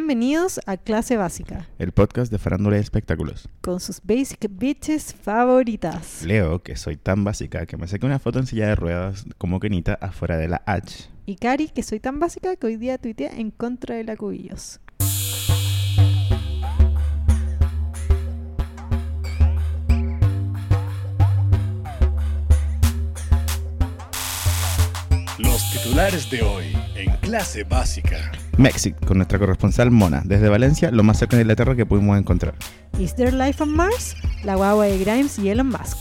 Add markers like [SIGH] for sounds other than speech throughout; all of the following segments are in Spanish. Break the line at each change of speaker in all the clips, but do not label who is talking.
Bienvenidos a Clase Básica,
el podcast de farándula y espectáculos.
con sus basic bitches favoritas.
Leo, que soy tan básica que me saqué una foto en silla de ruedas como Kenita afuera de la H.
Y Cari, que soy tan básica que hoy día tuitea en contra de la cubillos.
Los titulares de hoy en clase básica.
Mexic, con nuestra corresponsal Mona, desde Valencia, lo más cerca de Inglaterra que pudimos encontrar.
¿Is there life on Mars? La guagua de Grimes y Elon Musk.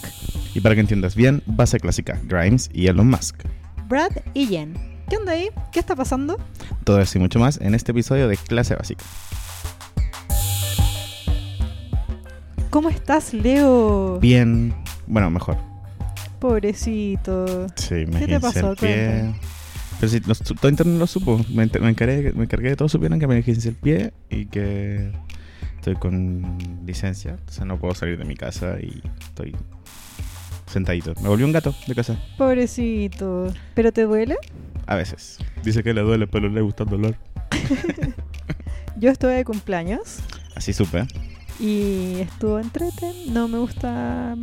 Y para que entiendas bien, base clásica, Grimes y Elon Musk.
Brad y Jen. ¿Qué onda ahí? ¿Qué está pasando?
Todo eso y mucho más en este episodio de Clase Básica.
¿Cómo estás, Leo?
Bien, bueno, mejor.
Pobrecito.
Sí,
¿Qué te pasó?
pie. Pero si los- todo internet lo supo, me, ent- me encargué, me encargué de que todos supieran que me esguincé el pie y que estoy con licencia, o sea, no puedo salir de mi casa y estoy sentadito. Me volví un gato de casa,
Pobrecito. ¿Pero te duele?
a veces. Dice que le duele, pero le gusta el dolor.
Yo estuve de cumpleaños
Así supe.
y estuvo entretenido. No me gusta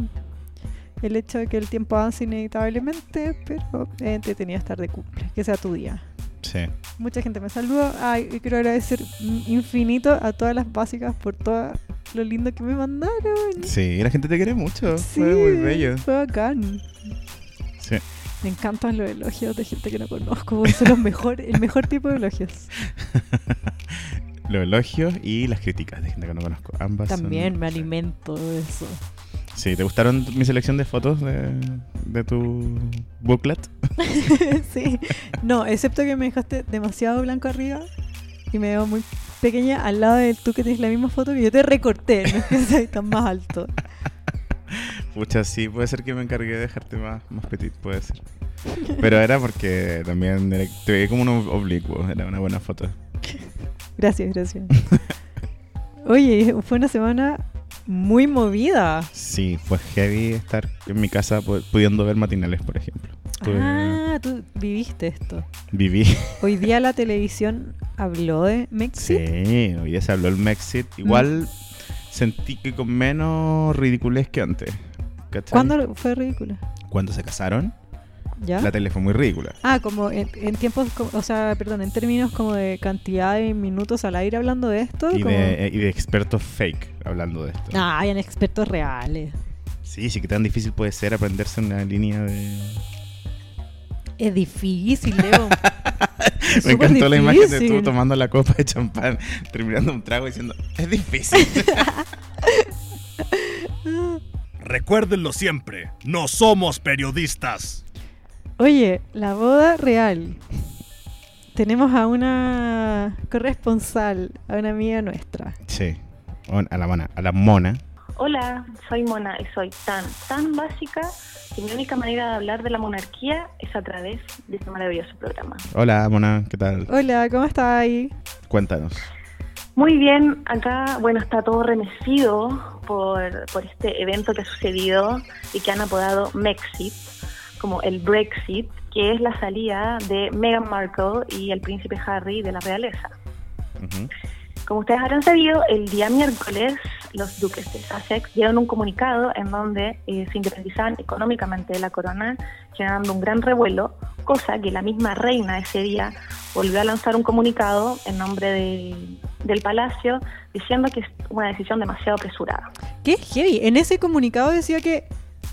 el hecho de que el tiempo avance inevitablemente, pero es entretenido estar de cumple. Que sea tu día.
Sí.
Mucha gente me saludó. Ay, y quiero agradecer infinito a todas las básicas por todo lo lindo que me mandaron.
Sí, la gente te quiere mucho.
Sí,
Fue muy bello.
Fue bacán.
Sí.
Me encantan los elogios de gente que no conozco. porque Son los mejor, el mejor tipo de elogios.
Los elogios y las críticas de gente que no conozco. Ambas. son-
También me alimento de eso.
Sí, ¿te gustaron mi selección de fotos de, de tu booklet?
[LAUGHS] sí. No, excepto que me dejaste demasiado blanco arriba y me veo muy pequeña al lado de tú que tienes la misma foto que yo te recorté. No es que seas tan más alto.
Pucha, sí, puede ser que me encargué de dejarte más, más petit, puede ser. Pero era porque también era- te veía como unos oblicuos, era una buena foto.
Gracias,
[LAUGHS]
gracias. Oye, fue una semana muy movida.
Sí, fue heavy estar en mi casa pu- pudiendo ver matinales, por ejemplo. Tuve-
Ah, tú viviste esto.
Viví. [LAUGHS]
Hoy día la televisión habló de Mexi.
Sí, hoy día se habló el Mexit.
Mm.
Igual sentí que con menos ridiculez que antes. ¿cachai?
¿Cuándo fue ridícula?
Cuando se casaron,
¿Ya?
la tele fue muy ridícula.
Ah, como en, en tiempos, co- o sea, perdón, en términos como de cantidad de minutos al aire hablando de esto.
Y
como...
de, eh, y de expertos fake hablando de esto.
Ah, habían expertos reales.
Sí, sí, que tan difícil puede ser aprenderse una línea de.
Es difícil, [LAUGHS] Leo.
[LAUGHS] Me
Súper
encantó la imagen de tú
difícil.
tomando la copa de champán, [LAUGHS] terminando un trago y diciendo, es difícil.
Recuérdenlo siempre, no somos periodistas.
Oye, la boda real. Tenemos a una corresponsal, a una amiga nuestra.
[LAUGHS] sí, On- a la mona, a la mona.
Hola, soy Mona y soy tan, tan básica que mi única manera de hablar de la monarquía es a través de este maravilloso programa.
Hola, mona, ¿qué tal?
Hola, ¿cómo estás ahí?
Cuéntanos.
Muy bien, acá, bueno, está todo remecido por, por este evento que ha sucedido y que han apodado Mexit, como el Brexit, que es la salida de Meghan Markle y el príncipe Harry de la realeza.
Ujú.
Como ustedes habrán sabido, el día miércoles los duques de Sussex dieron un comunicado en donde eh, se independizaban económicamente de la corona, generando un gran revuelo, cosa que la misma reina ese día volvió a lanzar un comunicado en nombre de- del palacio diciendo que es una decisión demasiado apresurada.
Qué heavy. En ese comunicado decía que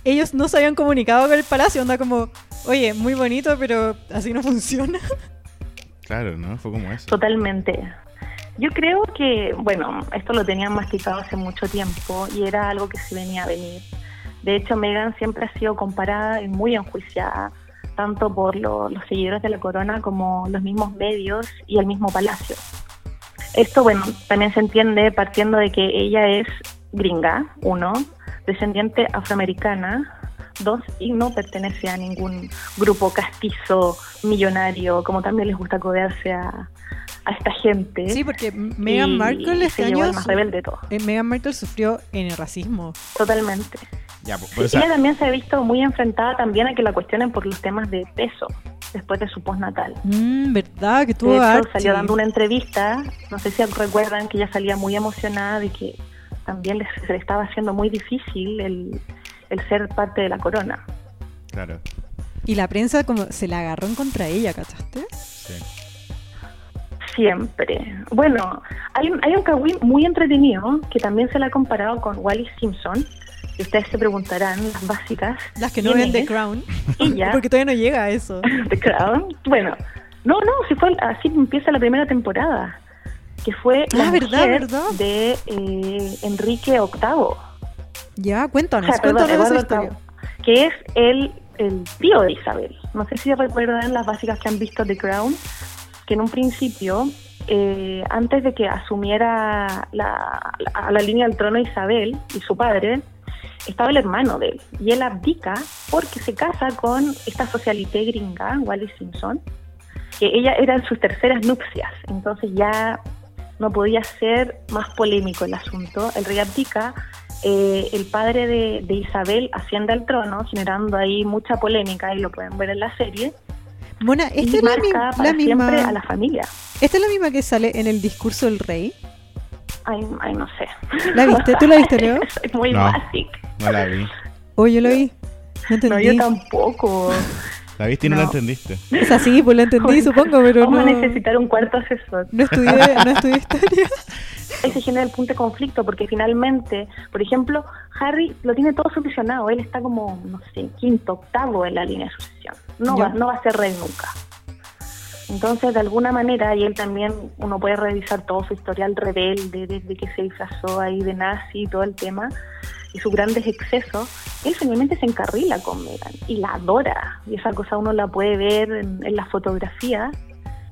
ellos no se habían comunicado con el palacio. Onda como, oye, muy bonito, pero así no funciona.
Claro, ¿no? Fue como eso.
Totalmente. Yo creo que, bueno, esto lo tenían masticado hace mucho tiempo y era algo que se venía a venir. De hecho, Meghan siempre ha sido comparada y muy enjuiciada, tanto por lo- los seguidores de la corona como los mismos medios y el mismo palacio. Esto, bueno, también se entiende partiendo de que ella es gringa, uno, descendiente afroamericana, dos, y no pertenece a ningún grupo castizo, millonario, como también les gusta codearse a, a esta
[LAUGHS]
gente.
Sí, porque M-
Y
Meghan Markle este
se llevó
año.
el más
su-
rebelde de todos,
eh, Meghan Markle sufrió en el racismo.
totalmente.
Ya, pues,
Sí,
o sea,
ella también se ha visto muy enfrentada también a que la cuestionen por los temas de peso. después de su postnatal.
Mm, ¿Verdad? Que tuvo
De hecho,
Archie.
salió dando una entrevista, no sé si recuerdan que ella salía muy emocionada y que también les- se le estaba haciendo muy difícil el, el ser parte de la corona.
Claro,
Y la prensa como se la agarró en contra ella, ¿cachaste?
sí.
Siempre. Bueno, hay, un- hay un kawin muy entretenido que también se la ha comparado con Wally Simpson. Y ustedes se preguntarán, las básicas.
Las que no ven
¿quién
The
es? [LAUGHS]
Crown. [LAUGHS]
Ella.
Porque todavía no llega a eso.
The Crown. Bueno, no, no, si fue así empieza la primera temporada, que fue la
Ah, verdad,
mujer
verdad.
de eh, Enrique VIII,
Ya, cuéntanos,
O sea, perdón,
cuéntanos esa
Eduardo
historia.
que es el, el tío de Isabel. No sé si recuerdan las básicas que han visto The Crown, que en un principio, eh, antes de que asumiera la, la- a la línea del trono Isabel y su padre, estaba el hermano de él, y él abdica porque se casa con esta socialité gringa, Wally Simpson, que ella eran sus terceras nupcias, entonces ya no podía ser más polémico el asunto. El rey abdica, eh, el padre de, de Isabel asciende al trono, generando ahí mucha polémica, y lo pueden ver en la serie,
Mona, esta
y
es la, mi-
marca para
la misma.
siempre a la familia.
Esta es la misma que sale en el discurso del rey.
Ay, ay, no sé.
¿La viste? ¿Tú la viste, Leo?
[LAUGHS] Soy muy
No.
básica.
No la vi.
Oh, yo lo vi. No
No,
entendí.
yo tampoco.
La viste y no, la
No.
entendiste.
o sea, sí, pues lo entendí, supongo, pero
Vamos
no.
a necesitar un cuarto asesor.
No estudié, no
[LAUGHS]
estudié historia.
Ese genera el punto de conflicto porque finalmente, por ejemplo, Harry lo tiene todo solucionado. Él está como, no sé, quinto, octavo en la línea de sucesión. No,
Ya.
va, no va a ser rey nunca. Entonces, de alguna manera, y él también, uno puede revisar todo su historial rebelde, desde que se disfrazó ahí de nazi y todo el tema, y sus grandes excesos, él finalmente se encarrila con Megan y la adora. Y esa cosa uno la puede ver en, en la fotografía,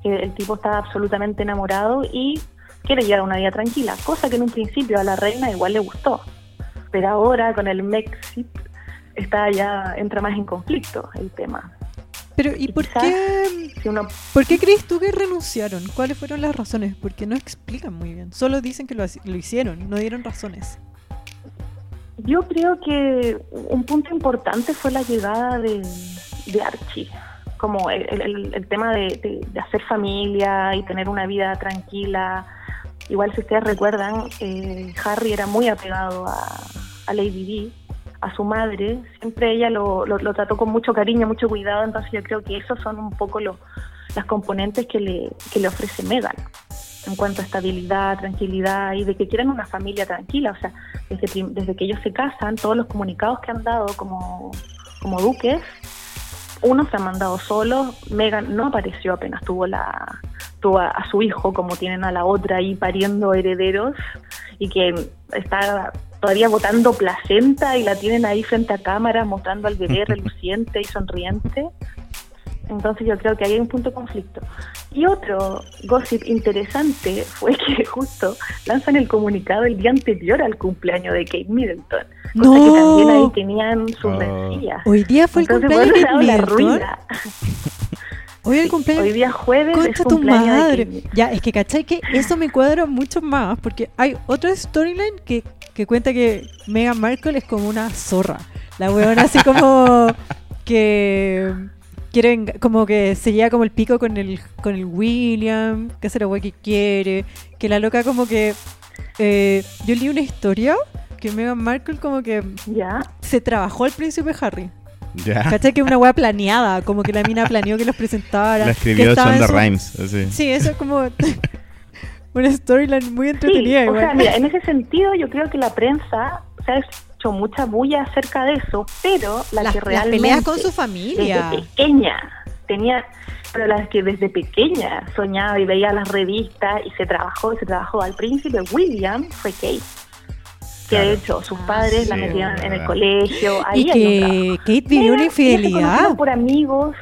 que el tipo está absolutamente enamorado y quiere llevar una vida tranquila, cosa que en un principio a la reina igual le gustó. Pero ahora con el Mexit está ya entra más en conflicto el tema.
Pero, ¿y por
Quizás-
qué,
Si uno
por qué crees tú que renunciaron? ¿Cuáles fueron las razones? Porque no explican muy bien. Solo dicen que lo, haci- lo hicieron, no dieron razones.
Yo creo que un punto importante fue la llegada de, de Archie, como el, el- el tema de, de- de hacer familia y tener una vida tranquila. Igual si ustedes recuerdan, eh, Harry era muy apegado a, a Lady Di, a su madre. Siempre ella lo, lo- lo trató con mucho cariño, mucho cuidado, entonces yo creo que esos son un poco los, las componentes que le, que le ofrece Meghan en cuanto a estabilidad, tranquilidad y de que quieran una familia tranquila. O sea, desde, prim- desde que ellos se casan, todos los comunicados que han dado como, como duques, unos se han mandado solos, Megan no apareció apenas tuvo la tuvo a, a su hijo, como tienen a la otra ahí pariendo herederos, y que está todavía botando placenta y la tienen ahí frente a cámara mostrando al bebé reluciente y sonriente. Entonces yo creo que ahí hay un punto de conflicto. Y otro gossip interesante fue que [LAUGHS] justo lanzan el comunicado el día anterior al cumpleaños de Kate Middleton. Cosa que también ahí
¡No!
tenían sus
Oh.
rencillas.
Hoy día fue el
Entonces,
cumpleaños
por
de
un lado, la
Middleton.
ruina.
Hoy el cumpleaños
Hoy día jueves es
Concha tu
cumpleaños de
madre.
Kimmy.
Ya, es que cachai
[LAUGHS]
que eso me cuadra mucho más. Porque hay otra storyline que, que cuenta que Meghan Markle es como una zorra. La weona así
[LAUGHS]
como que quiere venga- como que se lleva como el pico con el con el William, que hace la wea que quiere, que la loca como que eh, yo leí una historia que Meghan Markle como que
Ya.
se trabajó al príncipe Harry.
Ya.
¿Cachai? Que es una wea planeada, como que la mina planeó que los presentara.
La
que
escribió
estaba en
Shonda
su-
Rhimes. Así.
Sí, eso es como [LAUGHS] una storyline muy
Sí,
entretenida
o
igual.
sea, mira, en ese sentido yo creo que la prensa se ha hecho mucha bulla acerca de eso, pero la
las,
que
las
realmente
peleas con su
desde
familia.
pequeña tenía, pero la que desde pequeña soñaba y veía las revistas y se trabajó y se trabajó al príncipe William fue Kate. Que
Claro.
de hecho sus
Ah,
padres la
sí,
metieron en el
verdad.
colegio, ahí
Y
hay un trabajo.
que Kate vivió una
Mira, ellos se
infidelidad.
conocieron por amigos.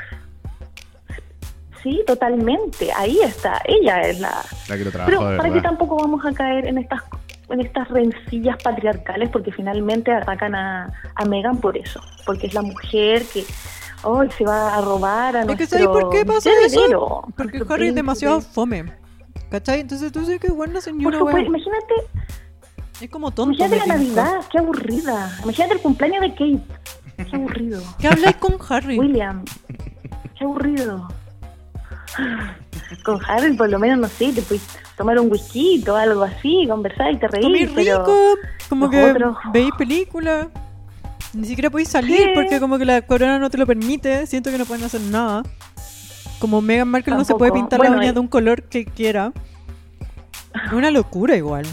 Sí, totalmente. Ahí está. Ella es la.
La que lo trabajó,
Pero
de
para que
verdad.
tampoco vamos a caer en estas en estas rencillas patriarcales, porque finalmente atacan a, a Megan por eso, porque es la mujer que hoy se va a robar a
Es que
nuestro.
¿sabes por qué pasó eso?
heredero,
Porque
nuestro
Harry es
príncipe.
demasiado fome. ¿Cachai? Entonces tú sabes que bueno,
Por
señora,
supuesto,
weón.
imagínate,
Es como tonto.
imagínate la
me tinca.
Navidad, qué aburrida. Imagínate el cumpleaños de Kate, qué aburrido.
¿Qué habláis con Harry?
William, qué aburrido. Con Harry por lo menos, no sé, te puedes tomar un whisky o algo así, conversar y te
Comí
reír. pero-
rico, como
los
que
otros-
veis películas. Ni siquiera podéis salir
Sí.
porque como que la corona no te lo permite. Siento que no pueden hacer nada. Como Meghan Markle no se puede
Tampoco.
pintar la
Bueno, eh.
uña
y-
de un color que quiera. Es una locura igual.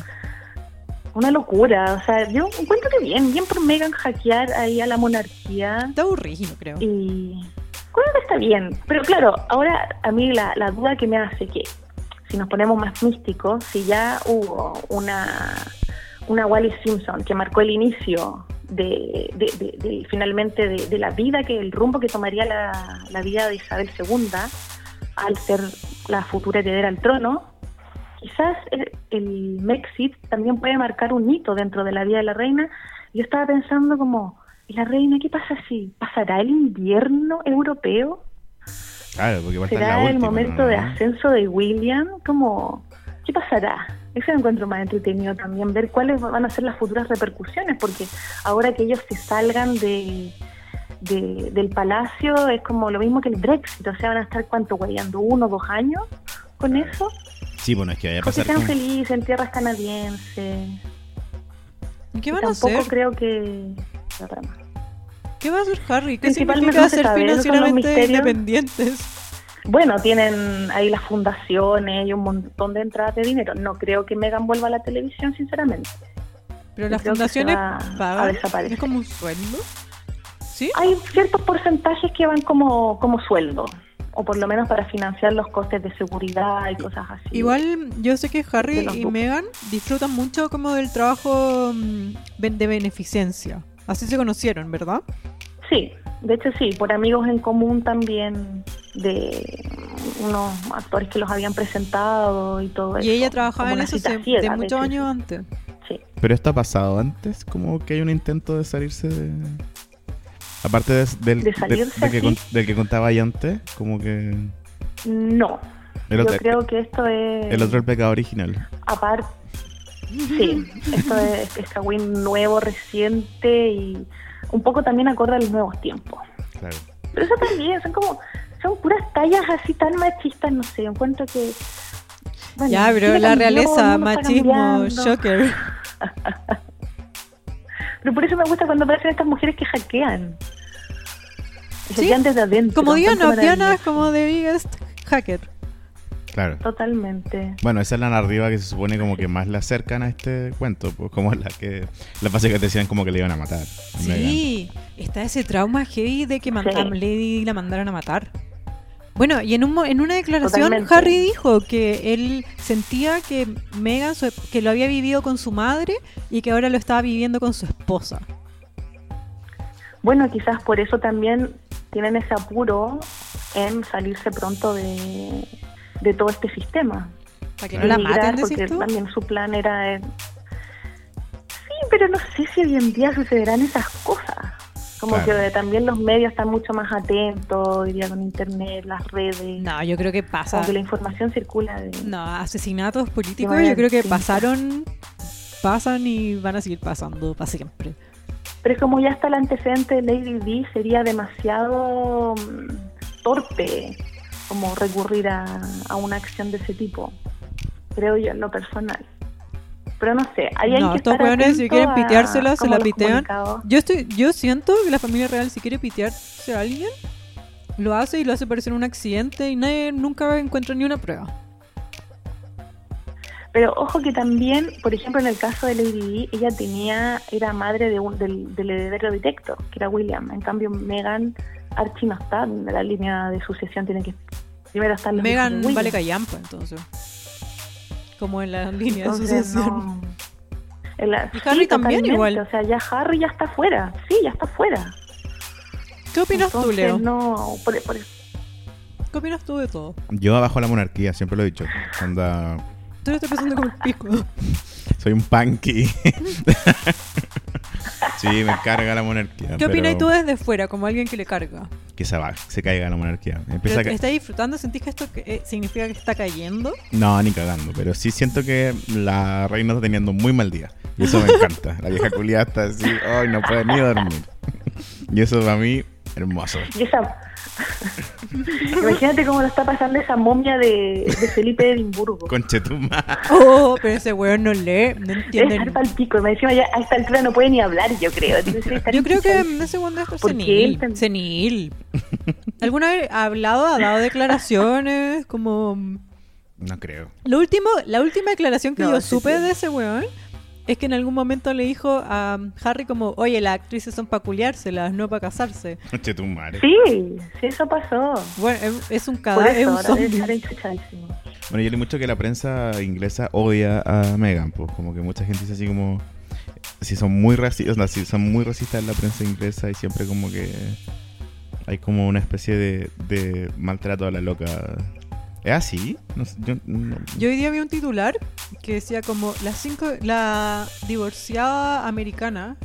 Una locura, o sea, yo encuentro que bien, bien por Megan hackear ahí a la monarquía.
Está aburrido, creo.
Y creo que está bien. Pero claro, ahora a mí la, la duda que me hace que si nos ponemos más místicos, si ya hubo una, una Wally Simpson que marcó el inicio de, de- de- de- finalmente de, de la vida, que el rumbo que tomaría la, la vida de Isabel II al ser la futura heredera al trono, quizás el, el Mexit también puede marcar un hito dentro de la vida de la reina. Yo estaba pensando como, ¿y la reina qué pasa si pasará el invierno europeo?
Claro, porque va a estar
¿Será
la
el
última.
momento
¿no?
de ascenso de William? Como, ¿Qué pasará? Ese encuentro más entretenido también, ver cuáles van a ser las futuras repercusiones, porque ahora que ellos se salgan de, de- del palacio es como lo mismo que el Brexit, o sea, van a estar cuánto, guayando uno, dos años con eso.
Sí, bueno, es que vaya a
Pues que
pasar
sean
con...
felices en tierras canadienses.
¿Y ¿Qué
Y
van a
tampoco
hacer?
creo que... la trama.
¿Qué va a hacer Harry? ¿Qué
Principalmente
significa
no se
ser
sabe, esos son los
financieramente
misterios.
independientes?
Bueno, tienen ahí las fundaciones y un montón de entradas de dinero. No creo que Megan vuelva a la televisión, sinceramente.
Pero las
creo que se
fundaciones
va a
pagan.
desaparecer.
Es como un sueldo. ¿Sí?
Hay ciertos porcentajes que van como, como sueldo, o por lo menos para financiar los costes de seguridad y cosas así.
Igual yo sé que
De
Harry
los
y
dos.
Meghan disfrutan mucho como del trabajo mm, ben- de beneficencia. Así se conocieron, ¿verdad?
Sí, de hecho sí, por amigos en común también de unos actores que los habían presentado y todo eso.
y ella trabajaba
como
en
una
eso
cita
se-
ciega,
de
de
muchos
hecho,
años
sí.
antes.
Sí.
Pero esto ha pasado antes, como que hay un intento de salirse de... Aparte de- del,
De salirse
del que,
así.
con- del que contaba ahí antes, como que...
No,
El
yo
otro,
creo que esto es...
el otro el pecado original.
Aparte,
[LAUGHS]
sí, esto es, es Kawin nuevo, reciente y un poco también acorde a los nuevos tiempos.
Claro.
Pero eso también, son como, son puras tallas así tan machistas, no sé, encuentro que... bueno,
ya, pero
Chile
la
cambió,
realeza,
el mundo está
machismo,
cambiando. [LAUGHS]
shocker.
Pero por eso me gusta cuando aparecen estas mujeres que hackean. Y
Sí,
hackean desde adentro.
Como Diana,
encuentro
Diana es
maravilloso.
como The Biggest Hacker.
Claro.
Totalmente.
Bueno, esa es la narrativa que se supone como que más la acercan a este cuento, pues como la que... La fase que te decían como que le iban a matar. a Meghan.
Sí, está ese trauma heavy de que
Sí.
a Lady la mandaron a matar. Bueno, y en, un, mo- en una declaración
Totalmente.
Harry dijo que él sentía que Meghan su- que lo había vivido con su madre y que ahora lo estaba viviendo con su esposa.
Bueno, quizás por eso también tienen ese apuro en salirse pronto de, de todo este sistema.
Para que no
Claro.
la
Emigrar,
maten, decís
porque
tú.
también su plan era... eh, Sí, pero no sé si hoy en día sucederán esas cosas. Como
Claro.
que también los medios están mucho más atentos, hoy día con internet, las redes.
No, yo creo que
como
pasa.
que la información circula de...
No, asesinatos políticos
Igual,
yo creo que
sí.
pasaron, pasan y van a seguir pasando para siempre.
Pero es como ya está el antecedente de Lady D, sería demasiado mm, torpe como recurrir a, a una acción de ese tipo. Creo yo, en lo personal. Pero no sé, ahí hay
No,
que
estos
estar
hueones, si
atento
quieren
a
piteársela, se
cómo
la
los
pitean.
comunicados-
Yo estoy, yo siento que la familia real si quiere pitearse a alguien, lo hace y lo hace parecer un accidente y nadie nunca encuentra ni una prueba.
Pero ojo que también, por ejemplo, en el caso de Lady Di, ella tenía, era madre de un, del, del heredero directo, que era William. En cambio, Megan Archie no está en la línea de sucesión, tiene que primero estar los hijos de
Megan
William.
vale callampa entonces. Como en la línea de
Entonces,
sucesión.
no. El-
Y Harry también
totalmente,
igual.
O sea, ya Harry ya está fuera. Sí, ya está fuera.
¿Qué opinas tú,
Entonces,
Leo?
No, por- por-
¿Qué opinas tú de todo?
Yo abajo la monarquía, siempre lo he dicho. Onda,
Tú lo estás pensando como el
[LAUGHS]
pico.
Ah, soy un punky. [LAUGHS] sí, me carga la monarquía.
¿Qué opinas tú
pero
desde fuera, como alguien que le carga?
Que se, va, se caiga la monarquía. Empieza
¿Pero
a
te
ca-
estás disfrutando? ¿Sentís que esto que- eh, significa que está
[LAUGHS]
cayendo?
No, ni cagando, pero sí siento que la reina está teniendo muy mal día. Y eso me encanta. La vieja culiada está así, ay, no puede ni dormir. y eso para mí, hermoso.
y esa, [LAUGHS] Imagínate cómo lo está pasando esa momia de, de Felipe de Edimburgo.
Conchetumá.
Oh, pero ese weón no lee, no
Debe
entiende.
estar pa'l pico, me decía, ya a esta altura no puede ni hablar, yo creo. Debe ser- estar
Yo creo que
hinchadísimo.
ese weón debe estar
¿Por qué
senil.
él también?
senil. ¿Alguna vez ha hablado, ha dado
[LAUGHS]
declaraciones? Como.
No creo.
Lo último, la última declaración que
No,
yo
sí,
supe
sí.
de ese weón es que en algún momento le dijo a Harry como, oye, las actrices son para culiárselas, no para casarse.
Conchetumare.
Sí, sí, eso pasó.
Bueno, es- es un
Por
cadáver, Ah, es
eso,
un
ahora debe estar
zombie.
enchuchadísimo.
Bueno, yo leí mucho que la prensa inglesa odia a Megan, pues como que mucha gente dice así como si son muy racistas, si son muy racistas en la prensa inglesa y siempre como que hay como una especie de, de maltrato a la loca. ¿Es así? No sé, yo, no-
Yo hoy día vi un titular que decía como, las cinco, la divorciada americana,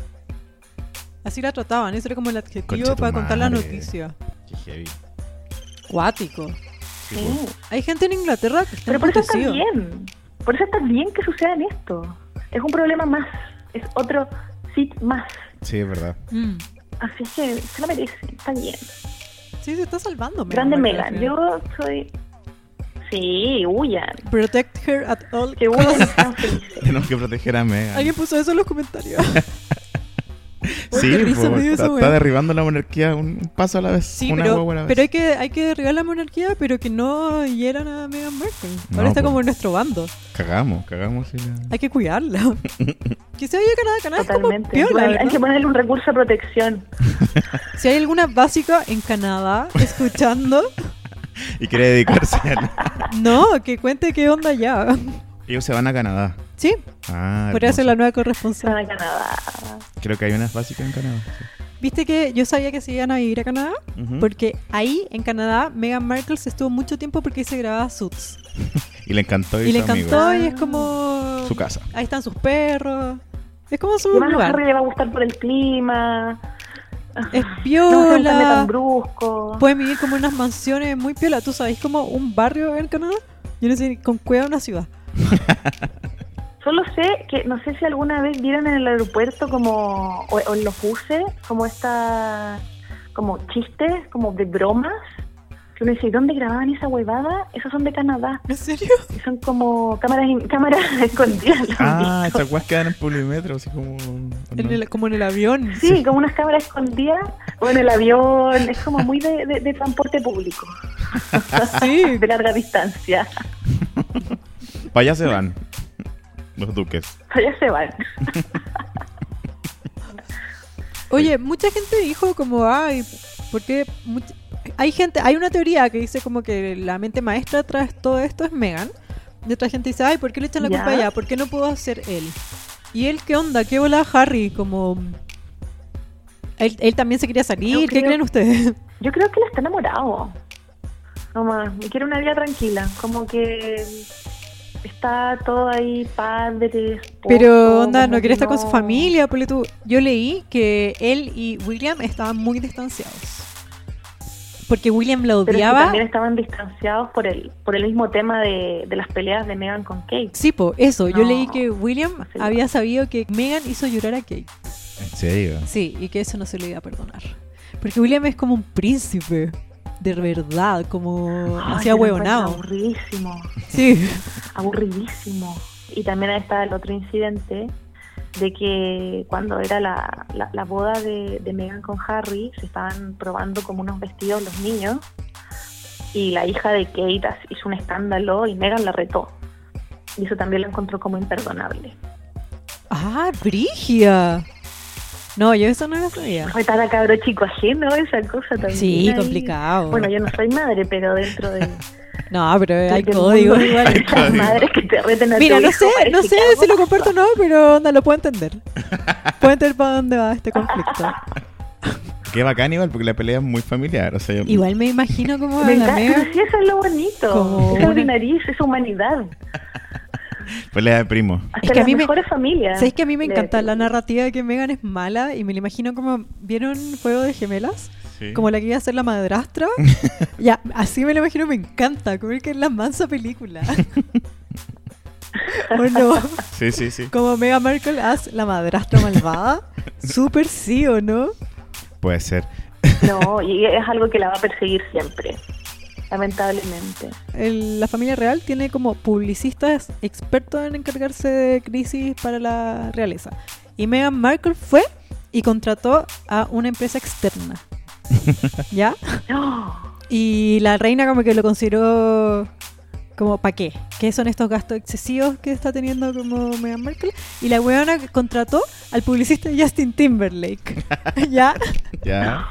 así la trataban, ese era como el adjetivo
Concha tu
para contar la
madre.
noticia.
Qué heavy.
Cuático.
Sí,
Sí,
pues.
Hay gente en Inglaterra que está
pero por eso está
emputecido.
bien. Por eso está bien que sucedan esto. Es un problema más. Es otro sit más.
Sí, es verdad.
Mm.
Así es que se lo merece. Está bien.
Sí, se está salvando. Meghan
Grande
Markle al
Megan.
final.
Yo soy. Sí, huyan.
Protect her at all
Que huyan y sean felices.
[LAUGHS] Tenemos que proteger a
[LAUGHS]
Megan.
Alguien puso eso en los
[LAUGHS]
comentarios.
Sí,
qué risa
pues,
me dio
está,
esa
está
wea.
derribando la monarquía un, un paso a la vez.
Sí,
una
pero,
guagua a la vez.
pero hay, que, hay que derribar la monarquía, pero que no hieran a Meghan Markle.
No,
Ahora está
pues.
como en nuestro bando.
Cagamos, cagamos. sí, la-
Hay que
[LAUGHS]
cuidarla. que se vaya a Canadá, Canadá es como
Totalmente. Hay que
piola,
ponerle- hay
¿verdad?
que ponerle un recurso de protección.
Si hay alguna básica en
[LAUGHS]
Canadá escuchando,
Y quiere dedicarse
[LAUGHS]
a...
no, que cuente qué onda ya.
Ellos se van a Canadá.
Sí,
Ah,
podría ser
hermoso.
la nueva
Se van
corresponsal.
a Canadá.
Creo que hay unas básicas en Canadá.
Viste que yo sabía que se iban a vivir a Canadá,
Ujú.
porque ahí en Canadá Meghan Markle se estuvo mucho tiempo porque ahí se grababa Suits.
Y le encantó y,
Y le
su amigo.
encantó y es
Ah.
como... [LAUGHS]
su casa.
Ahí están sus perros. Es como su
Y además a
lugar.
Harry le va a gustar por el clima.
Es
No se cambio tan
piola.
brusco.
Pueden vivir como en unas mansiones muy piola. ¿Tú sabes como un barrio en Canadá? Yo no sé, con cueva una ciudad.
Solo sé que, no sé si alguna vez vieron en el aeropuerto como, o, o en los buses, como esta, como chistes, como de bromas. Que uno dice, "¿Y ¿dónde grababan esa huevada? Esos son de Canadá.
¿En serio?
Y son como cámaras, in- [LAUGHS] cámaras escondidas. ¿lo han
Ah,
visto?
estas weas quedan en Publimetro, así como. ¿o
En
no?
el- como en el avión.
Sí, como unas cámaras escondidas, o en el avión, es como muy de, de- de transporte público,
Sí.
de larga distancia. [LAUGHS]
Pa' allá se van. Los duques.
Ya se van.
Oye, mucha gente dijo como, ay, porque hay gente, hay una teoría que dice como que la mente maestra tras todo esto es Megan. Y otra gente dice, ay, ¿por qué le echan la
Ya.
culpa a ella? ¿Por qué no pudo hacer él? ¿Y él qué onda? ¿Qué bola Harry? Como... Él, él también se quería salir.
Yo
¿Qué
creo-
creen ustedes?
Yo creo que él está enamorado. Nomás, y quiere una vida tranquila. Como que está todo ahí, padre. esposo,
Pero onda,
como
no
Oh, que
quería estar con su familia. ponle tú. Yo leí que él y William estaban muy distanciados. Porque William la
Pero es que
odiaba.
también estaban distanciados por el, por el mismo tema de, de las peleas de Megan con Kate.
Sí, po, eso. Yo
No.
leí que William
Sí.
había sabido que Megan hizo llorar a Kate.
En serio.
Sí, y que eso no se le iba a perdonar. Porque William es como un príncipe. De verdad, como
Ay,
hacía
yo lo encuentro
huevonado.
Aburridísimo,
Sí.
aburridísimo. Y también ahí está el otro incidente de que cuando era la, la- la boda de, de Megan con Harry, se estaban probando como unos vestidos los niños y la hija de Kate as- hizo un escándalo y Megan la retó. Y eso también lo encontró como imperdonable.
Ah, Brigia. No, yo eso no lo sabía.
Retar a cabro chico ajeno, esa cosa también.
Sí,
ahí.
complicado.
Bueno, yo no soy madre, pero dentro de...
no, pero [LAUGHS] hay
del
código
mundo de
igual.
esas
Hay código.
madres que te reten a tu
Mira, no
hijo,
sé,
parece
no
que
sé
algo
si lo
pasa.
comparto o no, pero onda, lo puedo
[LAUGHS]
entender. Puedo entender para dónde va este conflicto.
[LAUGHS]
Qué bacán, igual, porque la pelea es muy familiar. O sea, yo-
Igual me imagino cómo va
Me
la
encanta,
Megan.
pero sí, eso es lo bonito.
Como
esa es
una-
mi nariz, esa humanidad.
pelea de primo.
que
Hasta
a
las
mí me-
mejores familias.
¿Sabes que a mí me
le
encanta la
decimos.
narrativa de que Megan es mala y me la imagino como. ¿Vieron Juego de Gemelas? Como la que iba a ser la madrastra. ya, así me la imagino, me encanta. Como que es la mansa
[LAUGHS]
película. ¿O no?
Sí, sí, sí.
Como Meghan Markle as la madrastra malvada. Súper sí, ¿o no?
Puede ser.
No, y es algo que la va a perseguir siempre, lamentablemente.
El- la familia real tiene como publicistas expertos en encargarse de crisis para la realeza. Y Meghan Markle fue y contrató a una empresa externa. ¿Ya?
No,
Y la reina como que lo consideró como ¿pa' qué? ¿Qué son estos gastos excesivos que está teniendo como Meghan Markle? Y la weona contrató al publicista Justin Timberlake. [LAUGHS] ¿Ya?
Ya.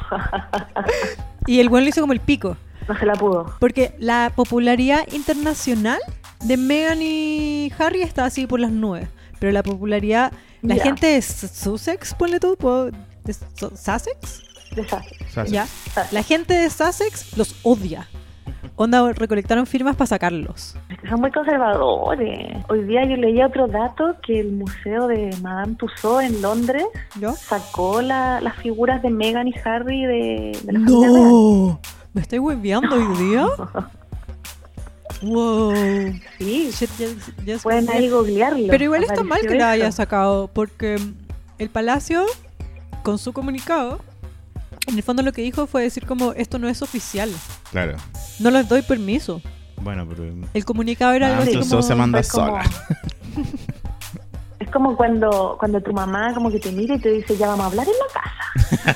Y el weón lo hizo como el pico.
no se la pudo.
Porque la popularidad internacional de Meghan y Harry está así por las nubes. Pero la popularidad, la
Ya.
gente de S- Sussex, ponle tú, po- de Su- Sussex,
Desastre.
O sea,
[LAUGHS] ya. La gente de Sussex los odia. Onda, recolectaron firmas para sacarlos.
Es que son muy conservadores. Hoy día yo leía otro dato que el museo de Madame Tussauds en Londres
¿Yo?
sacó la- las figuras de Meghan y Harry de, de la familia real.
¡No! ¿Me estoy hueveando hoy
[LAUGHS]
día? ¡Wow!
Sí,
Shit, yes- yes,
pueden
yes.
ahí googlearlo.
Pero igual está mal
Apareció
que la
eso.
haya sacado, porque el Palacio, con su comunicado, en el fondo lo que dijo fue decir como, esto no es oficial,
Claro.
no les doy permiso.
Bueno, pero.
El comunicado era
Ah,
algo así
entonces
como...
se manda
Fue como-
sola.
[LAUGHS] Es como cuando, cuando tu mamá como que te mira y te dice, ya vamos a hablar en la casa.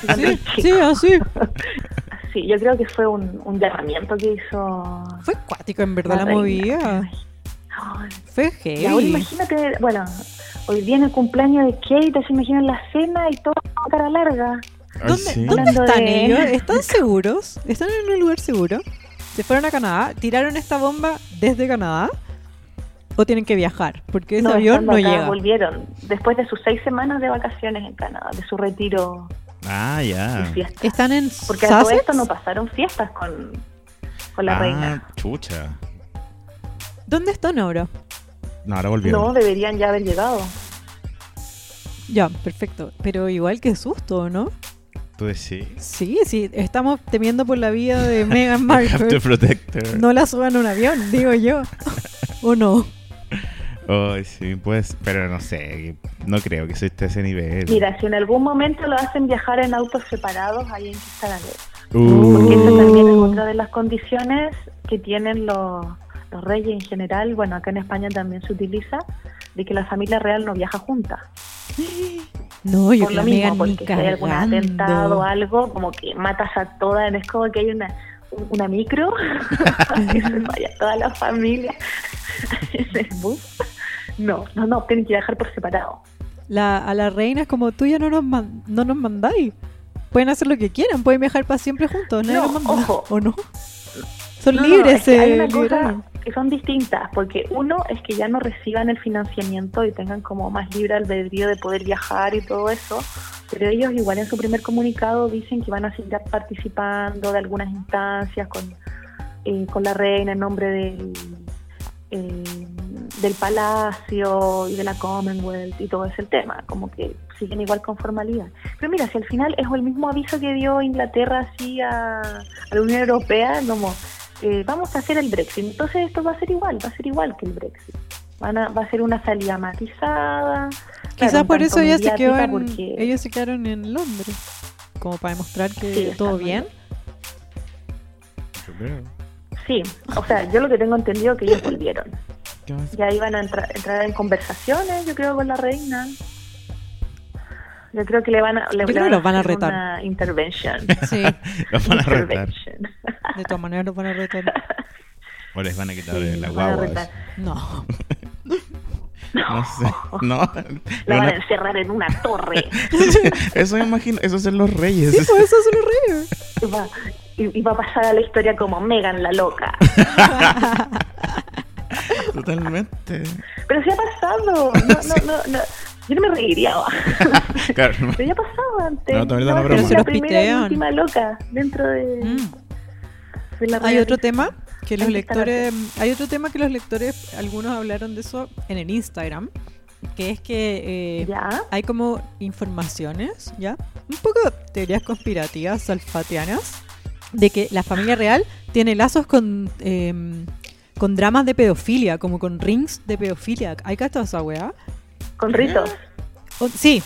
[LAUGHS]
Y cuando
Sí,
el
sí,
chico-
así.
sí, yo creo que fue un, un llamamiento que hizo...
Fue cuático, en verdad, la,
reina.
movida.
Ay,
Fue
Y ahora
heavy.
imagínate, bueno, hoy día en el cumpleaños de Kate, se imaginan la cena y todo con cara larga.
Ah,
¿Dónde,
sí.
dónde
Hablando
están
de-
ellos? ¿Están seguros? ¿Están en un lugar seguro? ¿Se fueron a Canadá? ¿Tiraron esta bomba desde Canadá? ¿O tienen que viajar? Porque ese
No,
avión
estando
no
acá,
llega.
Volvieron después de sus seis semanas de vacaciones en Canadá, de su retiro
Ah,
y
ya.
fiestas.
¿Están en
Porque a todo
Sussex?
esto no pasaron fiestas con, con la
ah,
reina.
chucha.
¿Dónde están ahora?
No, ahora volvieron.
No, deberían ya haber llegado.
Ya, perfecto. Pero igual que susto, ¿no?
Tú decís.
Sí, sí, estamos temiendo por la vida de Meghan
Have to
Markle.
protect her.
No la suban a un avión, digo yo. ¿O no?
Ay, sí, pues. Pero no sé. No creo que eso esté a ese nivel.
Mira, si en algún momento lo hacen viajar en autos separados, ahí en que está la ley. Porque eso
Uh,
también es otra de las condiciones que tienen los, los reyes en general. Bueno, acá en España también se utiliza de que la familia real no viaja junta.
No, yo creo
Por lo
que la
mismo,
Meghan ni
porque si hay algún atentado o
cagando.
algo, como que matas a todas, es como que hay una, una micro, [LAUGHS] que se vaya toda la familia [LAUGHS] en el bus. No, no, no, tienen que viajar por separado.
La- a la reina es como, tú ya no nos, man- no nos mandáis. Pueden hacer lo que quieran, pueden viajar para siempre juntos. Nadie
No,
nos manda.
ojo.
¿O no? Son
No, no,
libres,
es que hay
se
una cosa
liberaron.
que son distintas, porque uno es que ya no reciban el financiamiento y tengan como más libre albedrío de poder viajar y todo eso, pero ellos igual en su primer comunicado dicen que van a seguir participando de algunas instancias con, eh, con la reina en nombre del, eh, del palacio y de la Commonwealth y todo ese tema, como que siguen igual con formalidad. Pero mira, si al final es el mismo aviso que dio Inglaterra así a, a la Unión Europea, como eh, vamos a hacer el Brexit. Entonces esto va a ser igual, va a ser igual que el Brexit. Van a- va a ser una salida matizada.
Quizás
claro, un
por
tanto
eso ella se quedó
mediática,
en,
porque-
ellos se quedaron en Londres. Como para demostrar que
Sí,
todo
están
bien.
yo creo.
Sí, o sea, yo lo que tengo entendido es que ellos volvieron.
¿Qué más?
Ya iban a entra- entrar en conversaciones, yo creo, con la reina. Yo creo que le van a, le,
Yo
le
creo que los van a
hacer
retar.
Una intervention.
Sí,
Los [LAUGHS] van a retar.
intervention.
de todas maneras los van a retar.
O les van a quitar
Sí,
eh, la
los van a
guagua.
retar.
No.
No sé. No. No,
La van
[LAUGHS] no.
a encerrar en una torre.
[LAUGHS] Eso me imagino. Eso son los reyes.
Sí,
pues.
por eso son los reyes.
Y va, y- y va a pasar a la historia como Megan la loca.
[LAUGHS] Totalmente.
Pero sí ha pasado. No, no, no, no. Yo no me reiría. [LAUGHS] ¿va?
Claro.
Pero ya ha pasado antes.
No, también era una
va a
broma. Pero
ser la
se
los
primera y
pitean.
última loca dentro de, [LAUGHS]
Mm.
de la
Hay otro
realeza.
tema que los
Hay que estar
lectores, hay otro tema que los lectores, algunos hablaron de eso en el Instagram, que es que eh,
Ya.
hay como informaciones, ¿ya? Un poco teorías conspirativas, salfatianas, de que la familia real tiene lazos con, eh, con dramas de pedofilia, como con rings de pedofilia. ¿Hay cachado esa weá?
Con ritos.
O- sí,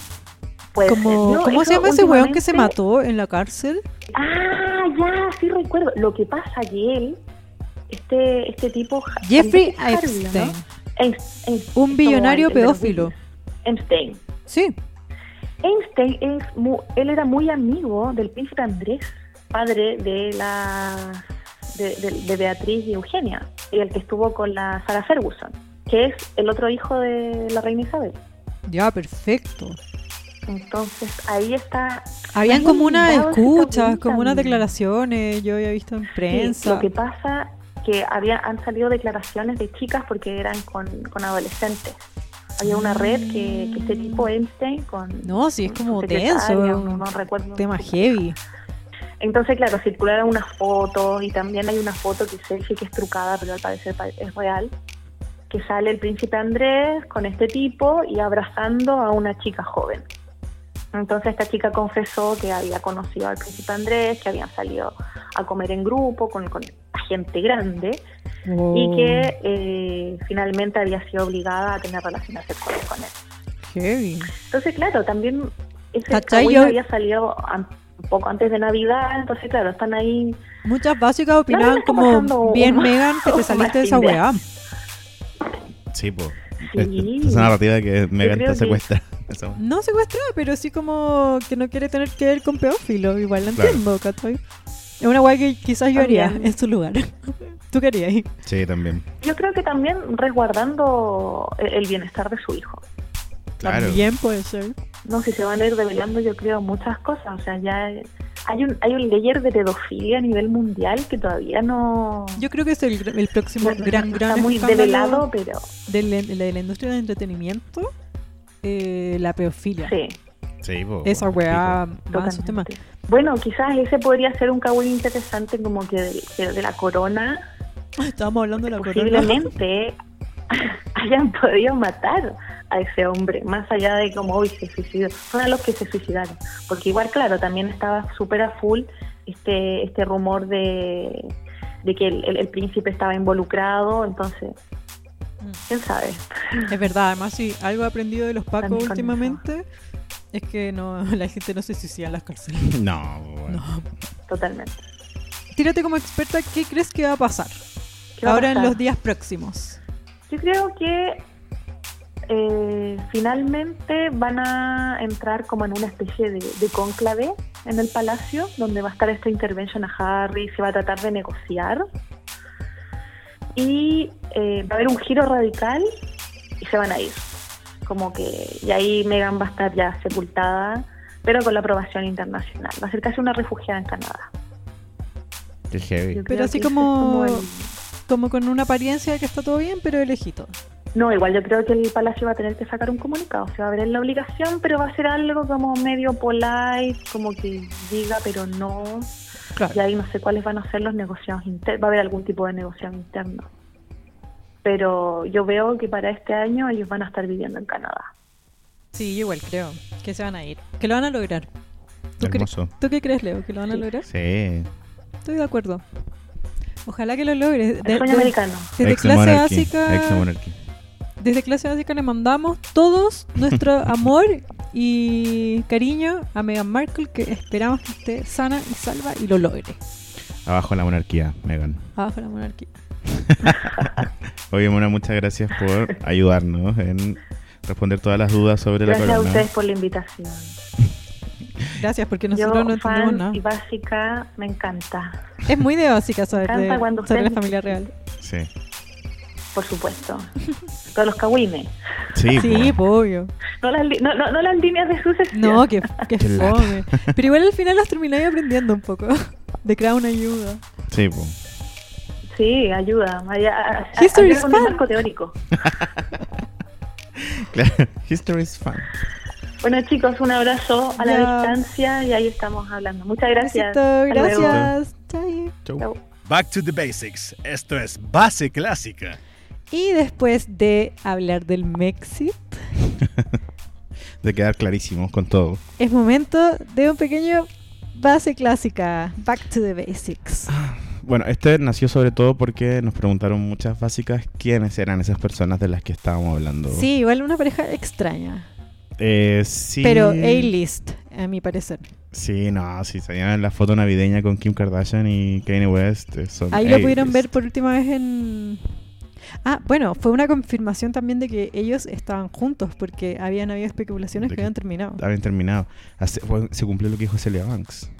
Puede
como,
ser. No,
¿cómo se
Pues, eso
llama ese weón que se
últimamente-
mató en la cárcel?
Ah, ya, sí recuerdo. Lo que pasa que él, este, este tipo... Ja-
Jeffrey
Harvey, ¿no?
Epstein,
Einst- Einst-
un
como
billonario
el de los
pedófilo.
Beatles. Einstein.
Sí,
Einstein es mu- él era muy amigo del príncipe Andrés, padre de la de, de- de Beatriz y Eugenia, y el que estuvo con la Sarah Ferguson, que es el otro hijo de la reina Isabel.
ya, perfecto.
Entonces ahí está
Habían
Habían
como unas
invitado a ese
escuchas,
cabrón
como unas
también.
declaraciones, yo había visto en
Sí,
prensa.
Lo que pasa que había, han salido declaraciones de chicas porque eran con, con adolescentes. Había una red que, que este tipo Einstein con...
Mm. No, sí, es
con
como
su
tenso,
secretaria,
un
no recuerdo.
Tema heavy.
Entonces, claro, circularon unas fotos y también hay una foto que se dice que es trucada, pero al parecer pa- es real, que sale el príncipe Andrés con este tipo y abrazando a una chica joven. Entonces esta chica confesó que había conocido al príncipe Andrés, que habían salido a comer en grupo con, con gente grande y
Wow,
que eh, finalmente había sido obligada a tener relaciones sexuales con él.
Heavy.
Entonces, claro, también ese
¿Cachai?
Kawin
Yo-
había salido an- un poco antes de Navidad, entonces, claro, están ahí.
Muchas básicas
No, no
opinaban
está pasando
como,
un-
bien Megan, que
[LAUGHS]
te
un
saliste de esa
Martín de-
weá.
Sí, po.
Sí.
Esta- Esa narrativa que me
creo
encanta
que-
secuestra. Esa-
No secuestrada, pero sí como que no quiere tener que ver con pedófilo. Igual la
Claro.
entiendo, ¿cachai? Es una weá que quizás yo haría
También.
en su lugar. [LAUGHS] Tú querías.
Sí, también.
Yo creo que también resguardando el el bienestar de su hijo.
Claro.
También puede ser.
No, si se van a ir revelando, yo creo, muchas cosas. O sea, ya hay un, hay un layer de pedofilia a nivel mundial que todavía no.
Yo creo que es el, gr- el próximo
no- no-
gran,
no
gran
está muy
escándalo
develado, pero
de la, de la industria del entretenimiento. eh, la pedofilia.
sí.
Sí, po.
Esa weá va a su este tema.
Totalmente. Bueno, quizás ese podría ser un cagüín interesante, como que de, que de la corona,
[LAUGHS] Estábamos hablando de la corona.
posiblemente [LAUGHS] hayan podido matar a ese hombre, más allá de cómo hoy se suicidó. Fueron los que se suicidaron, porque igual, claro, también estaba súper a full este, este rumor de, de que el, el- el príncipe estaba involucrado, entonces,
Mm.
quién sabe.
Es verdad, además sí, algo he aprendido de los
Están
pacos
con
últimamente es que no [LAUGHS] la gente no se suicida en las cárceles.
[LAUGHS] No, po, bueno.
No.
Totalmente.
Tírate como experta, ¿qué crees que va a pasar
¿Qué va a
ahora en
pasar?
los días próximos?
Yo creo que eh, finalmente van a entrar como en una especie de, de cónclave en el palacio, donde va a estar esta intervención a Harry, se va a tratar de negociar. Y eh, va a haber un giro radical y se van a ir. Como que, y ahí Megan va a estar ya sepultada, pero con la aprobación internacional. Va a ser casi una refugiada en Canadá.
Qué heavy.
Yo creo
así
que ese es
como-
el-
Como con una apariencia de que está todo bien, pero de lejito.
No, igual yo creo que el Palacio va a tener que sacar un comunicado, se va a ver en la obligación, pero va a ser algo como medio polite, como que diga pero no,
Claro.
y ahí no sé cuáles van a ser los negociados internos, va a haber algún tipo de negociado interno. Pero yo veo que para este año ellos van a estar viviendo en Canadá.
Sí, yo igual creo que se van a ir, que lo van a lograr. ¿Tú, cre-
Hermoso.
¿Tú qué crees, Leo? ¿Que lo van a lograr?
Sí.
Estoy de acuerdo. Ojalá que lo logres.
El
De-
sueño
de-
americano.
desde
Ex
clase
monarchy, ex
básica,
monarchy.
desde clase básica le mandamos
[LAUGHS]
todos nuestro amor y cariño a Meghan Markle, que esperamos que esté sana y salva y lo logre.
Abajo la monarquía, Megan.
Abajo la monarquía.
Oye, Mona, muchas gracias por ayudarnos en responder todas las dudas sobre
Gracias
la
a
corona.
ustedes por la invitación.
Gracias, porque nosotros
Yo,
no entendemos
fan
nada.
y básica, me encanta,
Es muy de básica saber
Canta
de-
cuando
sobre la
ustedes-
familia real.
Sí.
por supuesto. Todos los kawines.
Sí, pues.
Sí,
po.
po, obvio.
No las, li- no, no, no las líneas de sucesión.
No, que, que
Qué lata.
fome. Pero igual al final las termináis aprendiendo un poco. De Crown ayuda.
Sí, po.
Sí, ayuda. Ay- a- a-
History
ayuda
is
con el
fun.
marco teórico.
Claro. [LAUGHS] History is fun.
Bueno, chicos, un abrazo a la
Ya.
distancia y ahí estamos hablando. Muchas gracias.
Besito,
Hasta luego.
gracias. Chai.
Chau.
Chau.
Back to the Basics. Esto es Base Clásica.
Y después de hablar del Mexit,
De quedar clarísimos con todo.
es momento de un pequeño base clásica. Back to the basics.
Bueno, este nació sobre todo porque nos preguntaron muchas básicas quiénes eran esas personas de las que estábamos hablando.
Sí, igual una pareja extraña.
Eh, sí.
Pero A-list, a mi parecer.
Sí, no, si salían la foto navideña con Kim Kardashian y Kanye West. eh, Son
Ahí lo
80s.
pudieron ver por última vez en... Ah, bueno, fue una confirmación también de que ellos estaban juntos, porque habían habido especulaciones
De
que
que- Ah.
habían terminado.
Habían terminado. Hace- fue- se cumplió lo que dijo Celia Banks.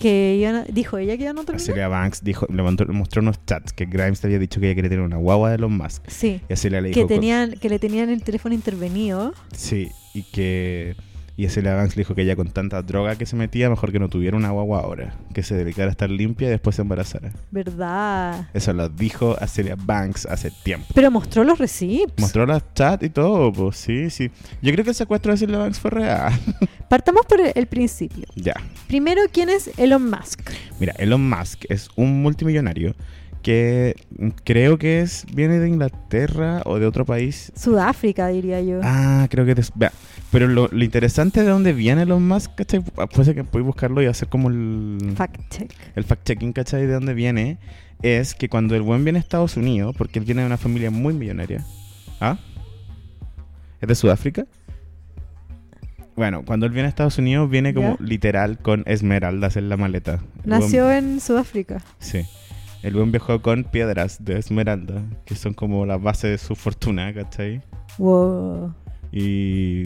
Que iban a- dijo ella que iban a terminar.
Celia Banks dijo, le mandó- le mostró unos chats que Grimes le había dicho que ella quería tener una guagua de los Musk.
Sí,
Y a Celia le dijo
que,
con-
tenían, que le tenían el teléfono intervenido.
Sí, y que. Y a Celia Banks le dijo que ella con tanta droga que se metía, mejor que no tuviera una guagua ahora. Que se dedicara a estar limpia y después se embarazara.
¿Verdad?
Eso lo dijo a Celia Banks hace tiempo.
Pero mostró los receipts.
Mostró las chats y todo, pues sí, sí. Yo creo que el secuestro de Celia Banks fue real. [LAUGHS]
Partamos por el- el principio.
ya.
Primero, ¿quién es Elon Musk?
Mira, Elon Musk es un multimillonario que creo que es viene de Inglaterra o de otro país.
Sudáfrica, diría yo.
Ah, creo que es de- vea, Pero lo, lo interesante de dónde viene Elon Musk, ¿cachai? Ah, Puede ser que podéis buscarlo y hacer como el
Fact check.
el fact-checking, ¿cachai? De dónde viene, es que cuando el buen viene a Estados Unidos, porque él viene de una familia muy millonaria. ¿Ah? ¿Es de Sudáfrica? Bueno, cuando él viene a Estados Unidos, viene como
¿Ya?
literal con esmeraldas en la maleta. El buen-
Nació en Sudáfrica.
Sí. El buen viajó con piedras de esmeralda, que son como la base de su fortuna, ¿cachai?
Wow.
Y.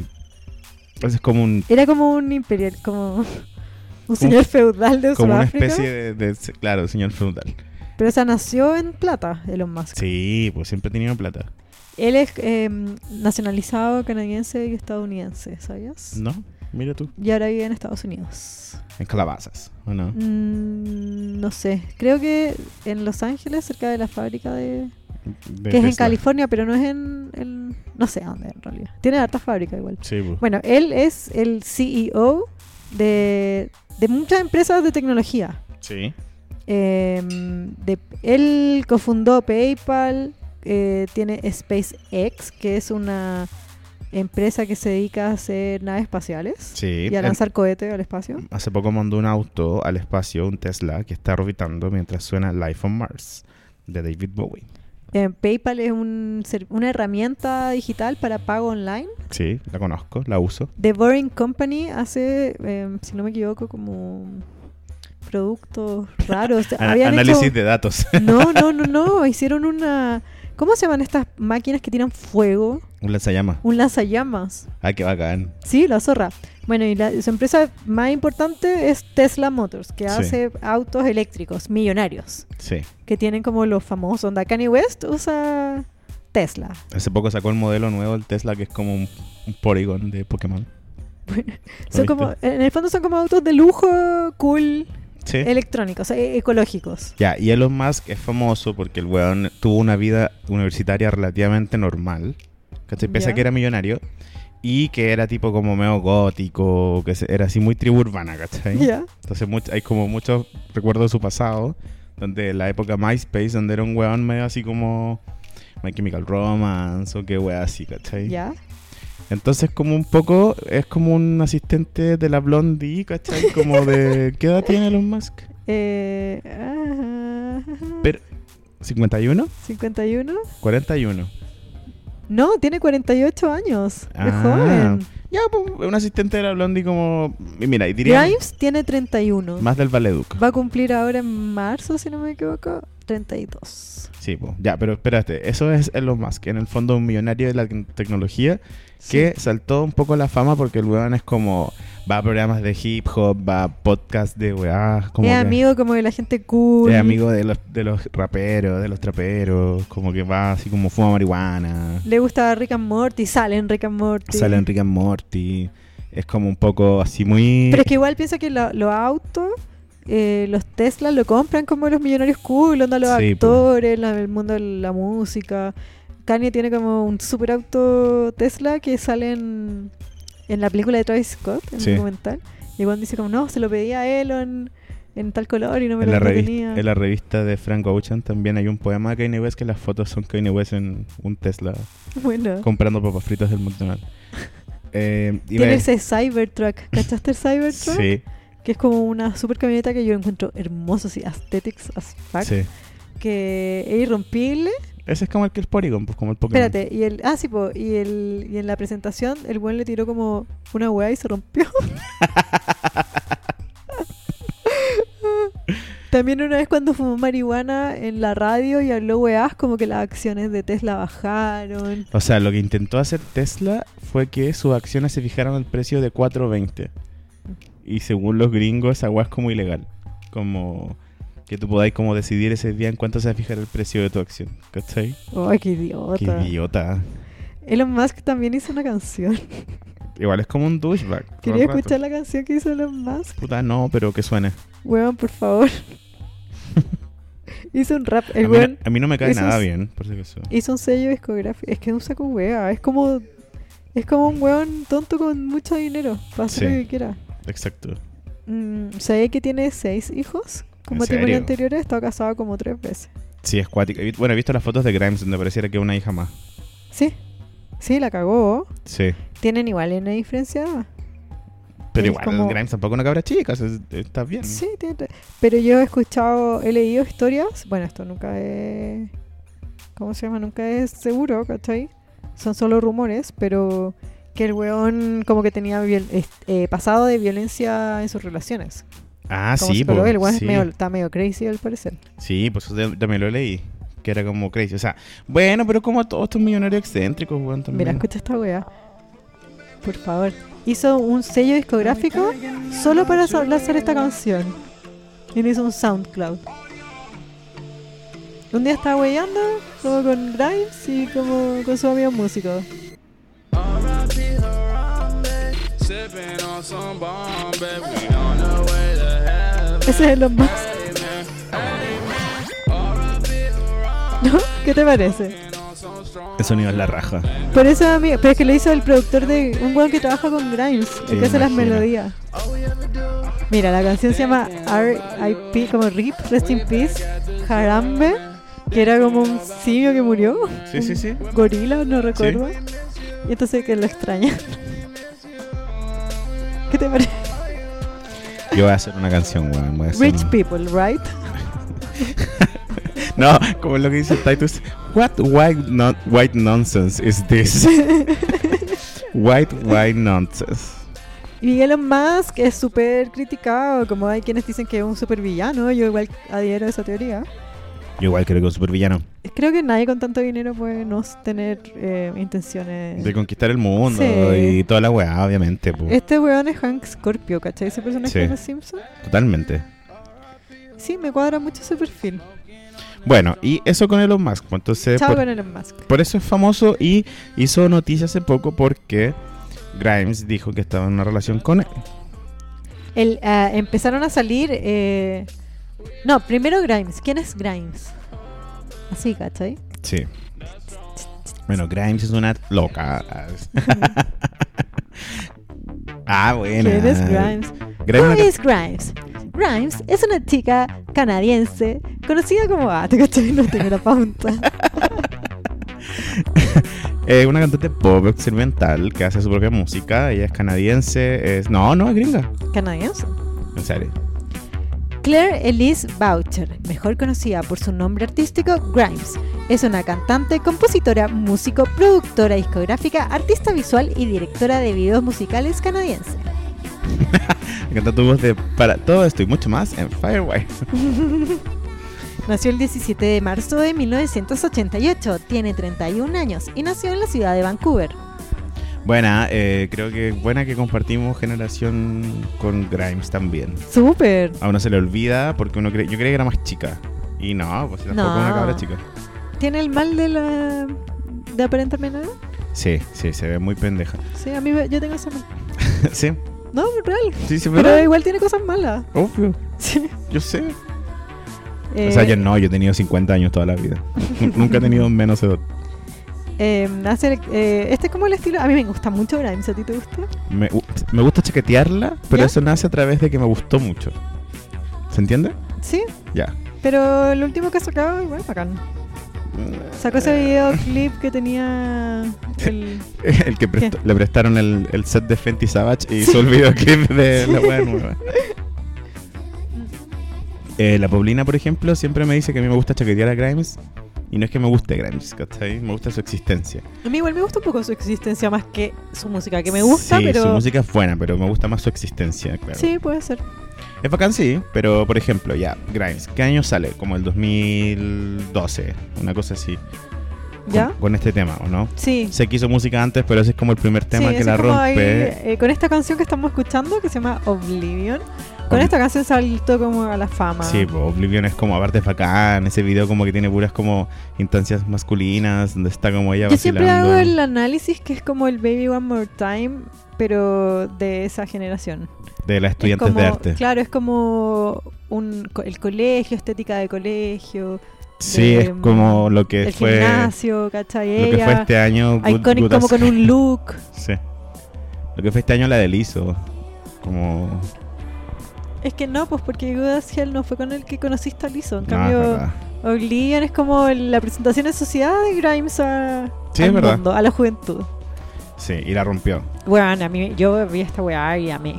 Pues es como un
Era como un imperial, como [LAUGHS] un señor feudal de
como una
Sudáfrica.
especie de, de- Claro, señor feudal.
Pero o sea, nació en plata, Elon Musk.
Sí, pues siempre ha tenido plata.
Él es eh, nacionalizado canadiense y estadounidense, ¿sabías?
No, mira tú.
Y ahora vive en Estados Unidos.
En calabazas, ¿o no?
Mm, no sé, creo que en Los Ángeles, cerca de la fábrica de...
De
que es en
Tesla.
California, pero no es en... en- no sé a dónde en realidad. Tiene harta fábrica igual.
Sí, pues.
Bueno, él es el CEO de, de muchas empresas de tecnología.
sí.
Eh, de, él cofundó PayPal, eh, tiene SpaceX, que es una empresa que se dedica a hacer naves espaciales
Sí.
y a
Él
lanzar cohetes al espacio.
hace poco mandó un auto al espacio, un Tesla, que está orbitando mientras suena Life on Mars, de David Bowie.
Eh, PayPal es un ser- una herramienta digital para pago online.
Sí, la conozco, la uso.
The Boring Company hace, eh, si no me equivoco, como productos raros.
[LAUGHS] Ana-
Habían hecho-
análisis de datos.
No, no, no, no. Hicieron una. ¿Cómo se llaman estas máquinas que tiran fuego?
un lanzallamas.
Un lanzallamas.
Ah, qué bacán.
Sí, la zorra. Bueno, y la, su empresa más importante es Tesla Motors, que
Sí.
hace autos eléctricos, millonarios,
Sí.
que tienen como los famosos. Onda Kanye West usa Tesla.
Hace poco sacó el modelo nuevo del Tesla, que es como un, un Porygon de
[LAUGHS]
Pokémon.
Son
¿Lo
como,
viste?
en el fondo son como autos de lujo, cool,
Sí.
electrónicos, e- ecológicos.
Ya, y Elon Musk es famoso porque el weón tuvo una vida universitaria relativamente normal. ¿Cachai? Pese
Ya.
a que era millonario. Y que era tipo como medio gótico, que se- era así muy tribu urbana, ¿cachai?
[LAUGHS] Ya.
Entonces much- hay como muchos recuerdos de su pasado, donde la época MySpace, donde era un weón medio así como My Chemical Romance o qué weón así, ¿cachai?
Ya.
Entonces como un poco, es como un asistente de la Blondie, ¿cachai? Como de... ¿Qué edad tiene Elon Musk?
Eh, ah,
Pero, ¿51?
51.
41.
No, tiene 48 años. Es
Ah.
joven.
Ya, pues, un asistente de la Blondie como... y Mira, y diría
Grimes tiene 31.
más del Valeduc.
Va a cumplir ahora en marzo, si no me equivoco, 32.
Sí, pues, ya, pero espérate. Eso es Elon Musk, en el fondo un millonario de la tecnología que saltó un poco la fama porque el weón es como... Va a programas de hip hop, va a podcast de weá, como
es
que-
amigo como de la gente cool.
es amigo de los, de los raperos, de los traperos, como que va así como fuma marihuana,
Le gusta Rick and Morty, sale en Rick and Morty.
sale en Rick and Morty, es como un poco así muy...
Pero es que igual pienso que lo- los autos, eh, los Tesla lo compran como los millonarios cool, onda los
Sí, po.
actores, la- el mundo de la música. Kanye tiene como un super auto Tesla que sale en, en la película de Travis Scott, en
Sí.
el documental. Y Juan dice como, no, se lo pedí a Elon en tal color y no me
En
lo
la,
lo
revista,
tenía.
en la revista de Frank Ocean también hay un poema de Kanye West que las fotos son Kanye West en un Tesla
¿Eh? Bueno.
comprando papas fritas del
[LAUGHS]
McDonald's. Eh, y
Tiene
ve-
ese Cybertruck, ¿cachaste el Cybertruck?
Sí,
Que es como una super camioneta que yo encuentro hermoso, así, aesthetics as fuck.
sí.
Que es irrompible,
Ese es como el que es Porygon, pues como el Pokémon.
Espérate, y el, ah, sí, po, y,
[LAUGHS]
el, y en la presentación el buen le tiró como una weá y se rompió. también una vez cuando fumó marihuana en la radio y habló weás, como que las acciones de Tesla bajaron.
O sea, lo que intentó hacer Tesla fue que sus acciones se fijaran al precio de 4.20. Y según los gringos, esa weá es como ilegal. Como que tú podáis como decidir ese día en cuánto se va a fijar el precio de tu acción. ¿Cachai?
¡Ay, qué idiota!
Qué idiota.
Elon Musk también hizo una canción.
Igual es como un douchebag. todo el
Quería
rato.
escuchar la canción que hizo Elon Musk.
Puta, no, pero que suene.
Weón, por
[LAUGHS]
favor. hizo un rap.
A
El
mí,
weón
a mí no me cae
eso
nada
es-
bien, por si acaso.
hizo un sello discográfico. Es que es un saco wea. Es como. Es como un weón tonto con mucho dinero. Para hacer
Sí.
lo que quiera.
Exacto.
Mm, ¿Sabía que tiene seis hijos? Con
¿En
matrimonio
serio?
anterior ha estado casado como tres veces.
Sí, es cuático. He vi- Bueno, he visto las fotos de Grimes donde pareciera que es una hija más.
Sí. Sí, la cagó.
Sí.
Tienen igual una diferencia.
Pero
Es
igual,
como-
Grimes tampoco es una cabra chica. o sea, está bien.
Sí, tiene tre- Pero yo he escuchado, he leído historias. Bueno, esto nunca es. ¿Cómo se llama? Nunca es seguro, ¿cachai? Son solo rumores, pero que el weón como que tenía viol- est- eh, pasado de violencia en sus relaciones.
Ah,
como
sí,
psicólogo,
pues.
el weón es
sí.
medio- está medio crazy al parecer.
Sí, pues eso de- también lo leí. Que era como crazy. O sea, bueno, pero como todos estos millonarios excéntricos, weón, también.
Mira, escucha esta weá. Por favor. Hizo un sello discográfico solo para sa- lanzar esta canción. Y le hizo un SoundCloud. Un día estaba weyando como con Grimes y como con su amigo músico.
R.I.P. Harambe, sipping on some Bombay. We on the way to heaven.
Ese es lo más.
Amen.
[LAUGHS] ¿No? ¿Qué te parece?
El sonido es la raja.
Por eso, amigo. Pero es que lo hizo el productor de un weón que trabaja con Grimes.
Sí,
el que hace las
imagino.
melodías. Mira, la canción se llama R.I.P. como RIP, Rest in Peace, Harambe. Que era como un simio que murió.
Sí, sí, sí.
gorila, no recuerdo. Y entonces que lo extraña. ¿Qué te parece?
Yo voy a hacer una canción, weón. voy a hacer
Rich
una-
people, right?
No, como lo que dice Titus. What white, non- white nonsense is
[LAUGHS]
this? white, white nonsense.
Y Elon Musk es súper criticado, como hay quienes dicen que es un súper villano, yo igual adhiero a esa teoría.
Yo igual creo que es un supervillano.
Creo que nadie con tanto dinero puede no tener eh, intenciones.
De conquistar el mundo
Sí.
y toda la weá, obviamente. pues, po.
Este weón es Hank Scorpio, ¿cachai? Ese personaje
Sí.
de Los Simpsons.
Totalmente.
Sí, me cuadra mucho su perfil.
Bueno, y eso con Elon Musk. pues, Entonces,
Chao
por,
con Elon Musk.
por eso es famoso y hizo noticia hace poco porque Grimes dijo que estaba en una relación con él.
El, ah, empezaron a salir. eh, No, primero Grimes. ¿Quién es Grimes? Así, ¿cachai?
Sí. Bueno, Grimes es una
[LAUGHS]
loca. ah, bueno.
¿Quién es Grimes?
Grimes
¿Quién
es una-
es Grimes? Grimes es una chica canadiense conocida como. Ah, te cachai, no tengo la
[LAUGHS]
pauta.
Eh, una cantante pop experimental que hace su propia música. Ella es canadiense. Es... No, no, es gringa.
¿Canadiense?
En serio.
Claire Elise Boucher, mejor conocida por su nombre artístico Grimes, es una cantante, compositora, músico, productora discográfica, artista visual y directora de videos musicales canadiense.
Canta tu voz de para todo esto y mucho más en Firewire.
Nació el 17 de marzo de 1988, tiene 31 años y nació en la ciudad de Vancouver.
Buena, eh, creo que es buena que compartimos generación con Grimes también.
¡Súper!
A uno se le olvida porque uno cree, yo creía que era más chica. Y no, pues tampoco
No.
es una cabra chica.
¿Tiene el mal de la... de aparentar menor?
Sí, sí, se ve muy pendeja. [LAUGHS]
Sí, a mí me- yo tengo ese mal.
sí,
No, real.
sí, sí,
Pero
pero
igual tiene cosas malas. [LAUGHS]
obvio.
Sí.
Yo sé. O sea,
Eh,
yo no, yo he tenido 50 años toda la vida. [LAUGHS] Nunca he tenido menos edad.
eh, hace, eh, este es como el estilo... A mí me gusta mucho Grimes, ¿a ti te gusta?
Me, gu- me gusta chaquetearla, pero
¿Ya?
eso nace a través de que me gustó mucho. ¿Se entiende?
Sí,
Ya.
pero el último que ha sacado, igual, bacán. Sacó ese
Eh.
videoclip que
[LAUGHS]
tenía... El...
El que prestó- le prestaron el, el set de Fenty Savage y hizo el videoclip de la wea nueva. Eh, la Paulina, por ejemplo, siempre me dice que a mí me gusta chaquetear a Grimes. Y no es que me guste Grimes, ¿cachai? Me gusta su existencia.
A mí igual me gusta un poco su existencia más que su música, que me gusta,
Sí,
pero...
su música es buena, pero me gusta más su existencia, claro.
Sí, puede ser.
Es bacán, sí, pero por ejemplo, ya, Grimes, ¿qué año sale? Como el 2012, una cosa así. con-
¿Ya?
Con, este tema, ¿o no?
Sí.
Sé que hizo música antes, pero ese es como el primer tema
Sí,
que
ese
la
es como
rompe.
ahí, eh, con esta canción que estamos escuchando, que se llama Oblivion, con
Obli-
esta canción saltó como a la fama.
Sí, pues, Oblivion es como, aparte es bacán, ese video como que tiene puras como instancias masculinas, donde está como ella
Yo siempre
vacilando.
hago el análisis que es como el Baby One More Time, pero de esa generación.
De las estudiantes
es como,
de arte.
Claro, es como un, co- el colegio, estética de colegio,
sí,
de, mm,
es como lo que
el
fue
gimnasio, ¿cachai?
lo que fue
Ella,
este año. Good-
iconic
Good
como
As-
con un look.
[LAUGHS] Sí. Lo que fue este año la del ISO. Como.
Es que no, pues porque Good As Hell no fue con el que conociste a Lizzo. En
no,
cambio,
es verdad.
Oblivion es como la presentación en sociedad de Grimes a,
Sí,
al
es verdad.
mundo, a la juventud.
Sí, y la rompió.
Bueno, a mí, yo vi esta weá y amé.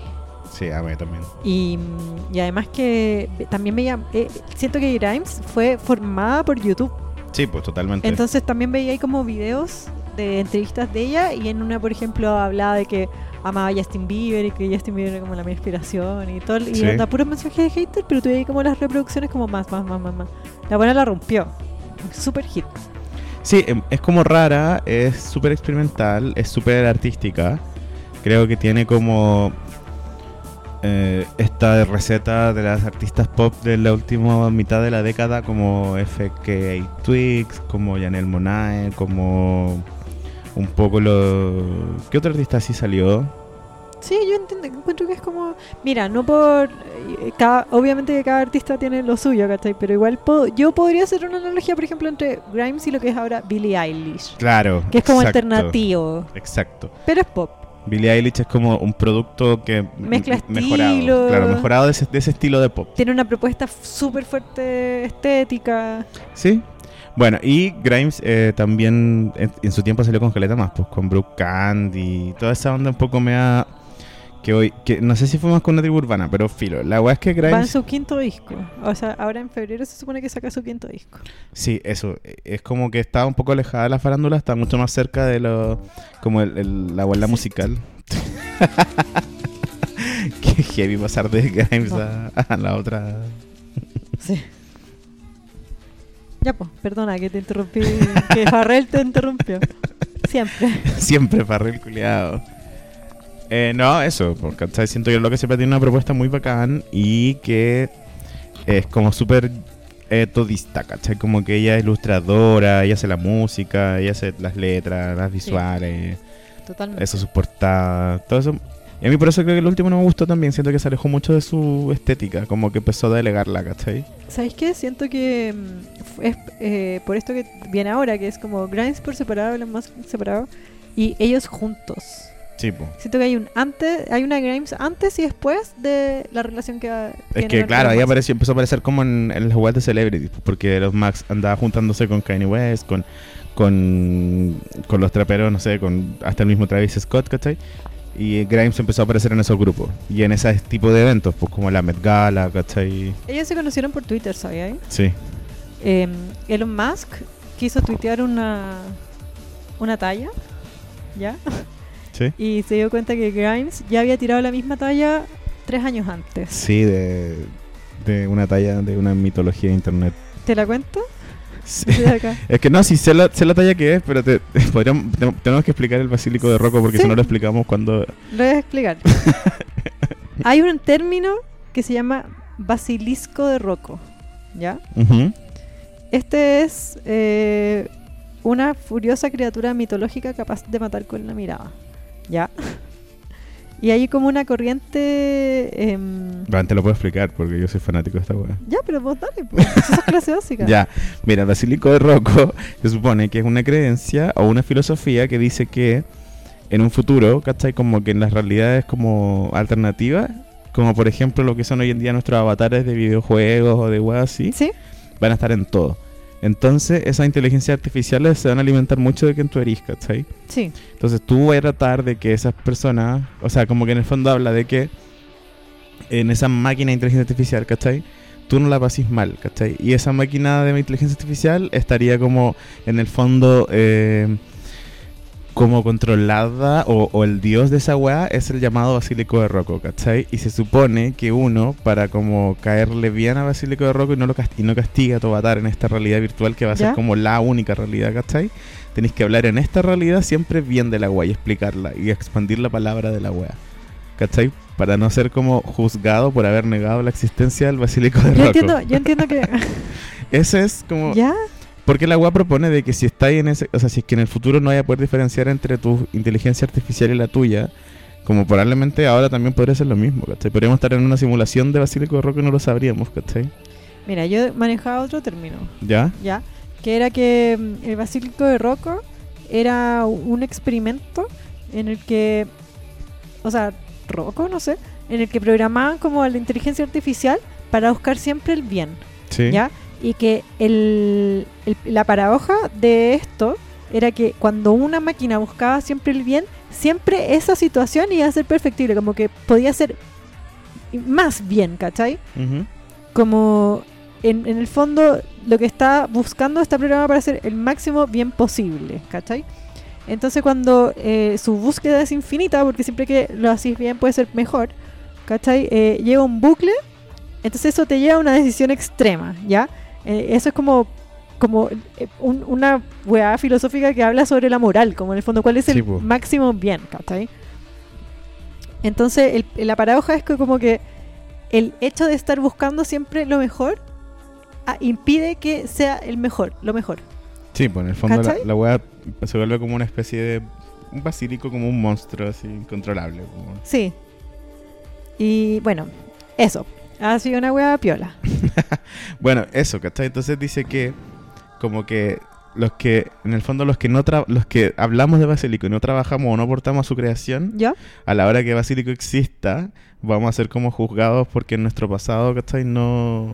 Sí, a mí también.
Y, mm, y además que ve- también me llam- eh, siento que Grimes fue formada por YouTube.
Sí, pues totalmente.
Entonces también veía ahí como videos de entrevistas de ella y en una, por ejemplo, hablaba de que amaba a Justin Bieber y que Justin Bieber era como la mi inspiración y todo. Y
Sí.
onda puros mensajes de hater, pero tuve ahí como las reproducciones como más, más, más, más, más. La buena la rompió. Super hit.
Sí, em, es como rara, es súper experimental, es súper artística. Creo que tiene como eh, esta receta de las artistas pop de la última mitad de la década, como FKA Twigs, como Janelle Monae, como un poco lo... ¿Qué otro artista así salió?
Sí, yo entiendo, encuentro que es como, mira, no por, eh, cada, obviamente que cada artista tiene lo suyo, ¿cachai? Pero igual po- yo podría hacer una analogía, por ejemplo, entre Grimes y lo que es ahora Billie Eilish,
Claro.
que es como
exacto,
alternativo,
Exacto.
pero es pop.
Billie Eilish es como un producto que...
Mezcla
m- mejorado,
estilos.
Claro, mejorado de ese- de ese estilo de pop.
Tiene una propuesta f- súper fuerte estética.
Sí. Bueno, y Grimes eh, también en, en su tiempo salió con Caleta más, pues con Brooke Candy, toda esa onda un poco mea que hoy, que no sé si fue más con una tribu urbana, pero filo. La weá es que
Va en
Grimes,
su quinto disco. O sea, ahora en febrero se supone que saca su quinto disco.
sí, eso, eh, es como que estaba un poco alejada de la farándula, está mucho más cerca de lo, como el, el- la huelga musical. [LAUGHS] Qué heavy pasar de Grimes a, a la otra.
Sí. Ya, pues, perdona que te interrumpí, [LAUGHS] que Farrell te interrumpió. Siempre.
Siempre Farrell culiado. Eh, no, eso, porque ¿cachai? siento yo lo que siempre tiene una propuesta muy bacán y que es como súper eh, todista, ¿cachai? Como que ella es ilustradora, ella hace la música, ella hace las letras, las visuales,
Totalmente.
eso, sus portadas, todo eso. Y a mí por eso creo que el último no me gustó también, siento que se alejó mucho de su estética, como que empezó a delegarla, ¿cachai?
¿Sabéis qué? Siento que mm, f- es eh, por esto que viene ahora, que es como Grimes por separado, Elon Musk por separado, y ellos juntos.
Sí, pues. po.
Siento que hay un antes, hay una Grimes antes y después de la relación que va-
Es
tiene
que
con
claro,
Elon
ahí
Musk.
apareció, empezó a aparecer como en, en las webs de Celebrity, porque los Max andaba juntándose con Kanye West, con, con, con los traperos, no sé, con hasta el mismo Travis Scott, ¿cachai? Y Grimes empezó a aparecer en esos grupos y en ese tipo de eventos, pues como la Met Gala, ¿cachai?
Ellos se conocieron por Twitter, ¿sabíais?
Sí,
Eh, Elon Musk quiso tuitear una, una talla, ¿ya?
sí.
Y se dio cuenta que Grimes ya había tirado la misma talla tres años antes.
Sí, de, de una talla, de una mitología de internet.
¿Te la cuento? [LAUGHS]
Sí.
Desde acá.
Es que no, sí sé la, sé la talla que es, pero te, [LAUGHS] podríamos- te- tenemos que explicar el basílico de Rocco porque
Sí.
si no lo explicamos cuando...
Lo voy a explicar. Hay un término que se llama basilisco de roco. ¿Ya?
Ujú.
Este es eh, una furiosa criatura mitológica capaz de matar con la mirada. ¿Ya? [LAUGHS] Y hay como una corriente. em,
Iván, te lo puedo explicar porque yo soy fanático de esta weá.
ya, pero vos dale, pues. Eso es clase básica.
Ya, mira, el basílico de Rocco [LAUGHS] se supone que es una creencia o una filosofía que dice que en un futuro, ¿cachai? Como que en las realidades como alternativas, como por ejemplo lo que son hoy en día nuestros avatares de videojuegos o de weas así,
¿Sí?
van a estar en todo. Entonces, esas inteligencias artificiales se van a alimentar mucho de quien tú eres, ¿cachai?
Sí.
Entonces tú vas a tratar de que esas personas, o sea, como que en el fondo habla de que en esa máquina de inteligencia artificial, ¿cachai? Tú no la pasís mal, ¿cachai? Y esa máquina de inteligencia artificial estaría como en el fondo eh, como controlada o, o el dios de esa weá es el llamado Basílico de Rocco, ¿cachai? Y se supone que uno, para como caerle bien a Basílico de Rocco y no lo castiga, no castiga a tu avatar en esta realidad virtual que va a
¿Ya?
ser como la única realidad, ¿cachai? Tenéis que hablar en esta realidad siempre bien de la weá y explicarla y expandir la palabra de la weá, ¿cachai? Para no ser como juzgado por haber negado la existencia del Basílico de
Yo
Rocco.
entiendo, yo entiendo que.
Ese es
[LAUGHS]
como...
¿Ya?
Porque la UA propone de que si estáis en ese, o sea, si es que en el futuro no vaya a poder diferenciar entre tu inteligencia artificial y la tuya, como probablemente ahora también podría ser lo mismo, ¿cachai? Podríamos estar en una simulación de Basílico de Rock y no lo sabríamos, ¿cachai?
Mira, yo manejaba otro término.
¿Ya?
¿ya? Que era que mm, el Basílico de Rocco era un experimento en el que, o sea, Rocco, no sé, en el que programaban como la inteligencia artificial para buscar siempre el bien,
Sí.
¿ya? Y que el- el- la paradoja de esto era que cuando una máquina buscaba siempre el bien, siempre esa situación iba a ser perfectible, como que podía ser más bien, ¿cachai?
Ujú.
como en, en el fondo lo que está buscando está programado para hacer el máximo bien posible, ¿cachai? Entonces cuando eh, su búsqueda es infinita, porque siempre que lo haces bien puede ser mejor, ¿cachai? Eh, llega un bucle, entonces eso te lleva a una decisión extrema, ¿ya? Eh, eso es como como eh, un- una weá filosófica que habla sobre la moral, como en el fondo cuál es
Sí,
el
po.
máximo bien, ¿cachai? Entonces el- la paradoja es que como que el hecho de estar buscando siempre lo mejor ah, impide que sea el mejor, lo mejor.
Sí, pues en el fondo la,
¿Cachai?
la UA se vuelve como una especie de un basílico, como un monstruo así incontrolable. como-
Sí. Y bueno, eso. Ha sido una hueá piola.
Bueno, eso, ¿cachai? Entonces dice que como que los que, en el fondo los que no tra- los que hablamos de Basílico y no trabajamos o no aportamos a su creación,
¿Ya?
a la hora que Basílico exista, vamos a ser como juzgados porque en nuestro pasado, ¿cachai? No,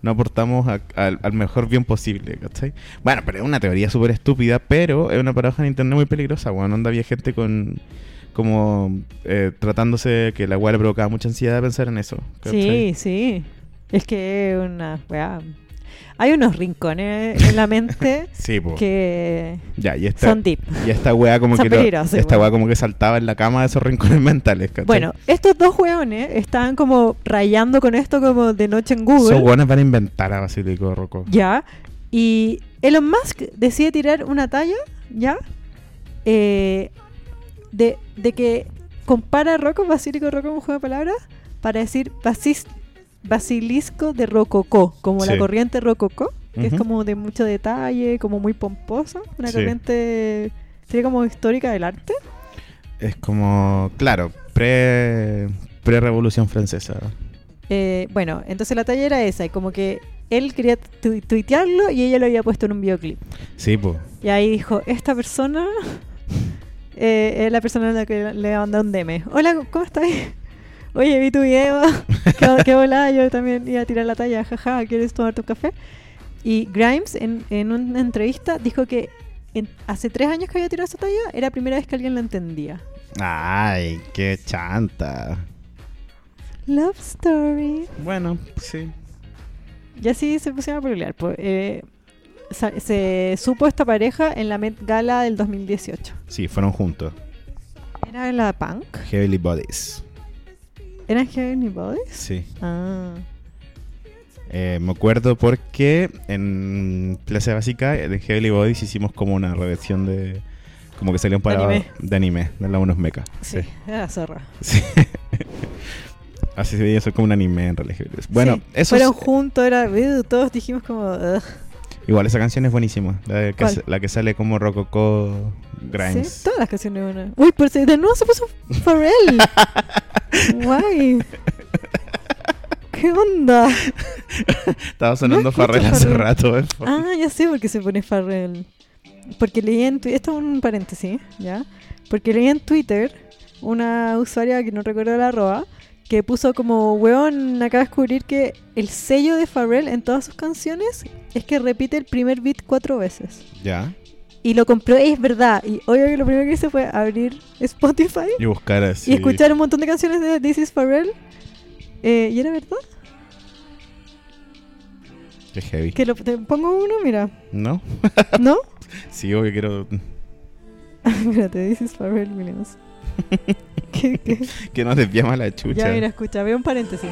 no aportamos a- al- al mejor bien posible, ¿cachai? Bueno, pero es una teoría súper estúpida, pero es una paradoja en internet muy peligrosa, bueno, onda había gente con... Como eh, tratándose que la weá le provocaba mucha ansiedad de pensar en eso.
Sí,
¿cachai?
sí. Es que es una hueá. Hay unos rincones en la mente
Sí, po.
que
Ya, y esta,
son deep.
y esta weá como
Son
que... lo-
peligrosas,
esta
weón.
weá como que saltaba en la cama de esos rincones mentales, ¿cachai?
Bueno, estos dos hueones estaban como rayando con esto como de noche en Google.
Esos weones van a inventar a Basílico Rocco.
¿Ya? Y Elon Musk decide tirar una talla, ¿ya? Eh, de, de que compara a Rocco, Basílico Rocco, un juego de palabras, para decir basis- basilisco de Rococó, como la
Sí.
corriente Rococó, que es
Ujú.
como de mucho detalle, como muy pomposa, una
Sí.
corriente, sería como histórica del arte.
Es como, claro, pre pre-revolución francesa.
Eh, bueno, entonces la talla era esa, y como que él quería tu- tuitearlo y ella lo había puesto en un videoclip.
Sí, pues.
Y ahí dijo, esta persona [LAUGHS] eh, es la persona a la que le mandó un DM. Hola, ¿cómo estás? [LAUGHS] Oye, vi tu video. [LAUGHS] qué, qué volada, yo también iba a tirar la talla. Jaja, ¿quieres tomar tu café? Y Grimes, en, en una entrevista, dijo que en- hace tres años que había tirado esa talla, era la primera vez que alguien la entendía.
Ay, qué chanta.
Love story.
Bueno, sí.
Y así se pusieron a pelear. se supo esta pareja en la Met Gala del 2018.
Sí, fueron juntos.
¿Era la punk?
Heavily Bodies.
¿Era Heavenly Bodies?
Sí.
Ah.
Eh, me acuerdo porque en Plaza Básica, en Heavily Bodies, hicimos como una reversión de. Como que salió un parado
Anime.
de anime, de la unos mecha.
Sí, era zorra.
Sí. Así se veía eso como un anime en realidad. Bueno,
Sí,
eso
Fueron
es-
juntos, era. uh, Todos dijimos como. "Ugh".
Igual esa canción es buenísima. La, de que,
¿Cuál?
sa- la que sale como Rococo Grimes.
Sí, todas las canciones buenas. Uy, pero se- de nuevo se puso
[LAUGHS]
Pharrell. Guay. ¿Qué onda?
Estaba sonando
escucho
Farrell hace
Farrell.
rato. eh.
Ah, ya sé por qué se pone Farrell. Porque leí en Twitter. Esto es un paréntesis, ¿ya? Porque leí en Twitter una usuaria que no recuerdo la arroba. Que puso como, weón, acaba de descubrir que el sello de Farrell en todas sus canciones es que repite el primer beat cuatro veces.
Ya.
Y lo compró, es verdad. Y obvio que lo primero que hice fue abrir Spotify
Y buscar así.
y escuchar un montón de canciones de This is Pharrell. Eh, ¿Y era verdad?
Qué heavy.
Que lo, te pongo uno, mira.
¿No?
¿No? [LAUGHS]
Sí, obvio quiero.
Espérate, this is Pharrell Williams. ¿Qué, qué?
Que nos desviamos a la chucha.
Ya, mira, escucha, veo un paréntesis.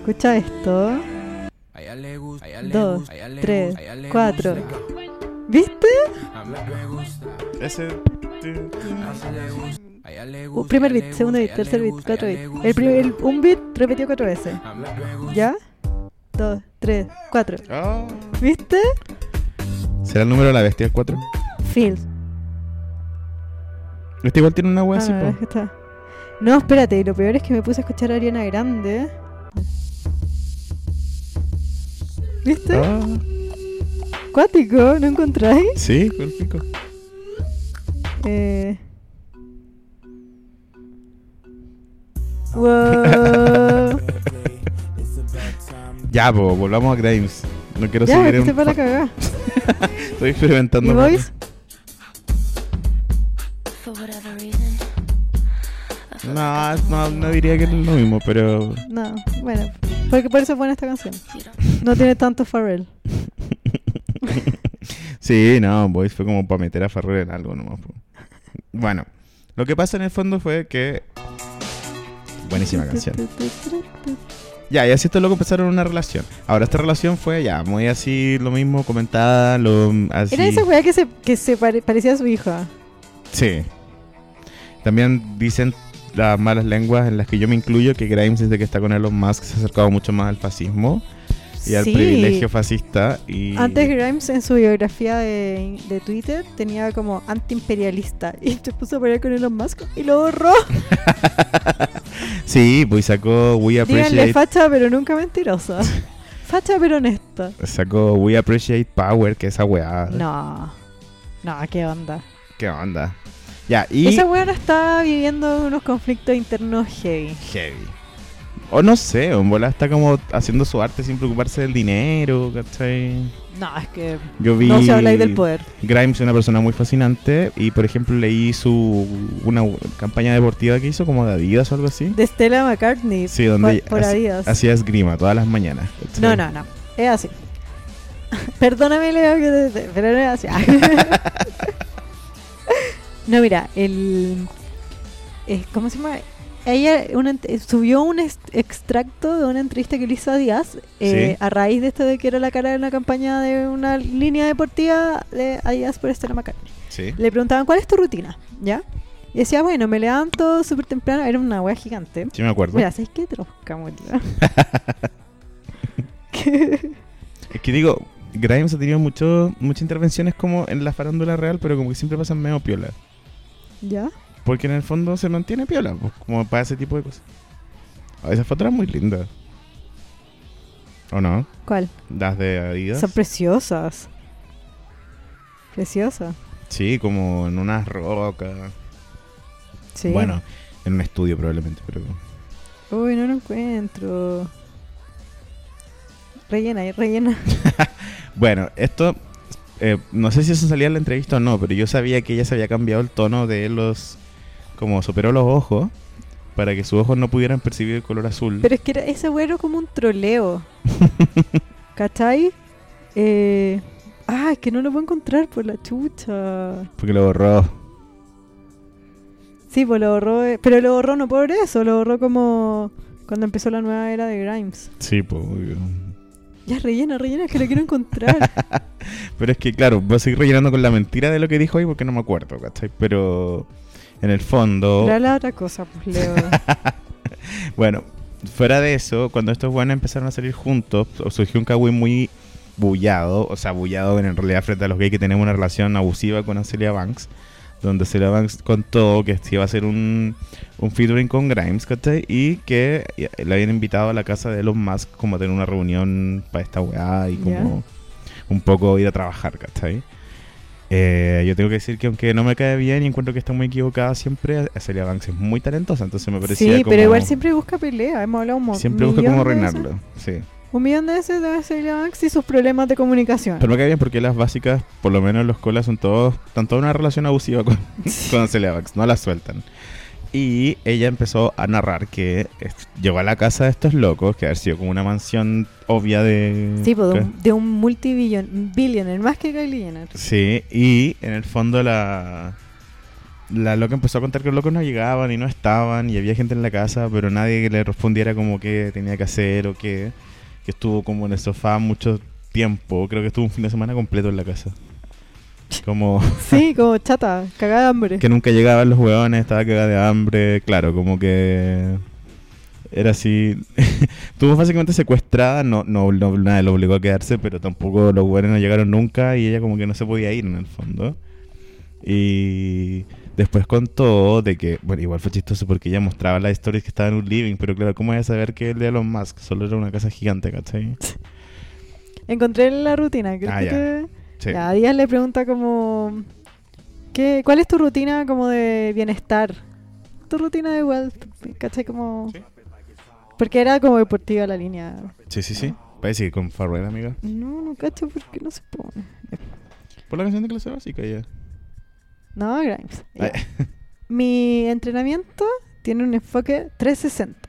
Escucha esto.
A ella le gusta, a ella le
Dos,
gusta, a ella le
tres,
gusta, a ella le
cuatro.
gusta.
¿Viste?
A mí me gusta,
Ese.
a
Ah.
ella le gusta, a ella le
Un
gusta, a
primer
ella
beat,
le
segundo beat,
gusta, a ella
tercer
le
beat,
gusta, a
cuatro
ella
beat. El
le gusta.
primer, el- un beat repetido cuatro veces.
A mí me gusta.
¿Ya? Dos, tres, cuatro.
Ah.
¿Viste?
¿Será el número de la bestia el 4?
Feel.
Este igual tiene una
Ah,
wea así,
no,
po.
es que está. No, espérate, y lo peor es que me puse a escuchar a Ariana Grande. ¿Viste?
Ah,
Cuático, ¿no encontráis?
sí, con el pico.
Eh...
Ah. [LAUGHS]
Wow.
Ya, po, volvamos a Grimes. No quiero
ya,
seguir
que se
en...
para la cagada.
Estoy experimentando.
¿Y
más.
Boys?
No, no, no diría que es lo mismo, pero...
No, bueno. Porque por eso es buena esta canción. No tiene tanto Pharrell.
Sí, no, Boys fue como para meter a Ferrer en algo nomás. po. Bueno, lo que pasa en el fondo fue que... Buenísima canción. Ya, y así estos locos empezaron una relación. Ahora, esta relación fue ya muy así, lo mismo, comentada, lo así...
Era esa weá que se, que se pare- parecía a su hija.
Sí. También dicen las malas lenguas en las que yo me incluyo que Grimes desde que está con Elon Musk se ha acercado mucho más al fascismo y al
Sí.
privilegio fascista y
Antes Grimes en su biografía de, de Twitter tenía como antiimperialista [LAUGHS] y se puso a pelear con Elon Musk y lo borró.
sí, pues sacó We
Díganle
Appreciate
facha pero nunca
[LAUGHS]
mentirosa. facha pero honesta.
sacó We Appreciate Power, que esa weá.
No. No, qué onda.
¿Qué onda? Ya, y
Esa weona está viviendo unos conflictos internos heavy.
heavy. O no sé, en bola está como haciendo su arte sin preocuparse del dinero, ¿cachai?
No, es que
Yo vi
no se habla ahí del poder.
Grimes es una persona muy fascinante y por ejemplo leí su una campaña deportiva que hizo como de Adidas o algo así.
De Stella McCartney.
Sí, donde
por, por
hac-
Adidas.
hacía esgrima todas las mañanas. ¿cachai?
No, no, no. Es así. [LAUGHS] Perdóname, Leo, que te- te- pero no es así. [LAUGHS] no, mira, el. eh, ¿Cómo se llama? Ella una ent- eh, subió un est- extracto de una entrevista que le hizo a Díaz eh,
Sí.
a raíz de esto de que era la cara de una campaña de una línea deportiva de Adidas por Stella McCartney.
Sí.
Le preguntaban, ¿cuál es tu rutina? ¿Ya? Y decía, bueno, me levanto súper temprano. Era una wea gigante.
Sí me acuerdo.
Mira, ¿sabes qué? Trosca, boluda.
Es que digo, Grimes ha tenido mucho, muchas intervenciones como en la farándula real, pero como que siempre pasan medio piola.
¿Ya?
Porque en el fondo se mantiene piola, pues, como para ese tipo de cosas. Ah, esa foto era muy linda. ¿O no?
¿Cuál?
Las de Adidas.
Son preciosas. Preciosas.
Sí, como en unas rocas.
Sí.
Bueno, en un estudio probablemente, pero...
Uy, no lo encuentro. Rellena, ahí, rellena.
Bueno, esto, eh, no sé si eso salía en la entrevista o no, pero yo sabía que ella se había cambiado el tono de los, como superó los ojos, para que sus ojos no pudieran percibir el color azul.
Pero es que era, ese güey era como un troleo. ¿Cachai? Eh, ah, es que no lo puedo encontrar por la chucha.
Porque lo borró.
Sí, pues lo borró. eh, Pero lo borró no por eso, lo borró como cuando empezó la nueva era de Grimes.
Sí, pues, obvio.
Ya, rellena, rellena, que lo quiero
[LAUGHS]
encontrar.
Pero es que, claro, voy a seguir rellenando con la mentira de lo que dijo hoy porque no me acuerdo, ¿cachai? Pero, en el fondo...
Era la otra cosa, pues Leo.
Bueno, fuera de eso, cuando estos buenos empezaron a salir juntos, su- surgió un kawin muy bullado, o sea, bullado en realidad frente a los gays que tenemos una relación abusiva con Celia Banks, donde Celia Banks contó que se iba a hacer un, un featuring con Grimes, ¿cachai? Y que le habían invitado a la casa de Elon Musk como a tener una reunión para esta weá y como un poco ir a trabajar, ¿cachai? Eh, yo tengo que decir que aunque no me cae bien y encuentro que está muy equivocada siempre, Celia Banks es muy talentosa, entonces me [LAUGHS] parecía
Sí,
como...
pero igual siempre busca pelea. Hemos hablado un mo-
Siempre busca cómo
millón de veces.
reinarlo. Sí.
Un millón de veces de Celia Banks y sus problemas de comunicación.
Pero me cae bien porque las básicas, por lo menos los colas, son todos. Están toda una relación
[LAUGHS]
abusiva con, con Celia Banks, No la sueltan. Y ella empezó a narrar que es- llegó a la casa de estos locos, que ha sido como una mansión obvia de.
Sí, pues, de
que-
un, de un multibillionaire, más que Kylie Jenner.
Sí, y en el fondo la. la loca empezó a contar que los locos no llegaban y no estaban y había gente en la casa, pero nadie que le respondiera como qué tenía que hacer o qué. Que estuvo como en el sofá mucho tiempo, creo que estuvo un fin de semana completo en la casa. Como [LAUGHS]
Sí, como chata, cagada de hambre.
que nunca llegaban los hueones, estaba cagada de hambre, claro, como que era así. [LAUGHS] Estuvo básicamente secuestrada, no, no, no- nadie lo obligó a quedarse, pero tampoco los hueones no llegaron nunca y ella como que no se podía ir en el fondo. Y después contó de que, bueno, igual fue chistoso porque ella mostraba las historias que estaba en un living, pero claro, ¿cómo iba a saber que el de Elon Musk solo era una casa gigante, ¿cachai?
Encontré la rutina. creo
Ah,
que
ya.
te-
Sí.
Ya, Díaz le pregunta como... ¿qué, ¿Cuál es tu rutina como de bienestar? Tu rutina de wealth, ¿cachai? Como... Porque era como deportiva la línea.
Sí, sí, sí. Parece que con Farrell, amiga.
No, no cacho por qué no se pone.
Por la canción de clase básica, ya.
No, Grimes. ya.
Ay.
Mi entrenamiento tiene un enfoque 360.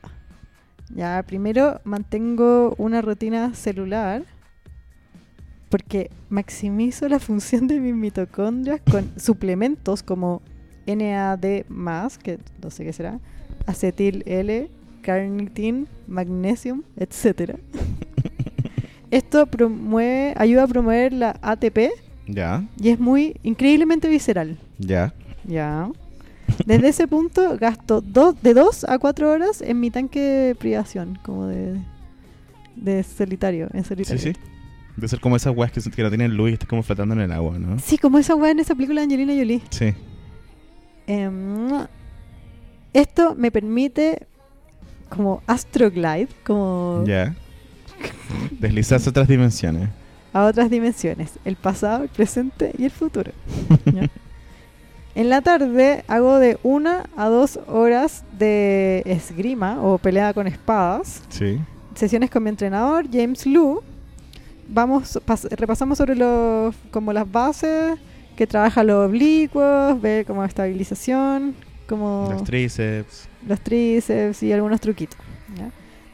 Ya, primero mantengo una rutina celular porque maximizo la función de mis mitocondrias con suplementos como NAD+, que no sé qué será, acetil L, carnitin, magnesium, etc. Esto promueve, ayuda a promover la ATP
[LAUGHS] Ya,
y es muy increíblemente visceral.
ya.
Ya. Desde ese punto gasto dos, de 2 a 4 horas en mi tanque de privación, como de, de solitario, en
Sí,
solitario.
sí. De ser como esas weas que, que no tienen luz y están como flotando en el agua, ¿no?
Sí, como esa weá en esa película de Angelina Jolie.
Sí.
Em, esto me permite como astroglide, como
Ya. Deslizarse a otras dimensiones.
a otras dimensiones, el pasado, el presente y el futuro. ¿ya? En la tarde hago de 1 a 2 horas de esgrima o pelea con espadas.
Sí.
sesiones con mi entrenador, James Lu. Vamos, pas- repasamos sobre los, como las bases, que trabaja los oblicuos, ve como estabilización, como
Los tríceps.
los tríceps y algunos truquitos. ¿ya?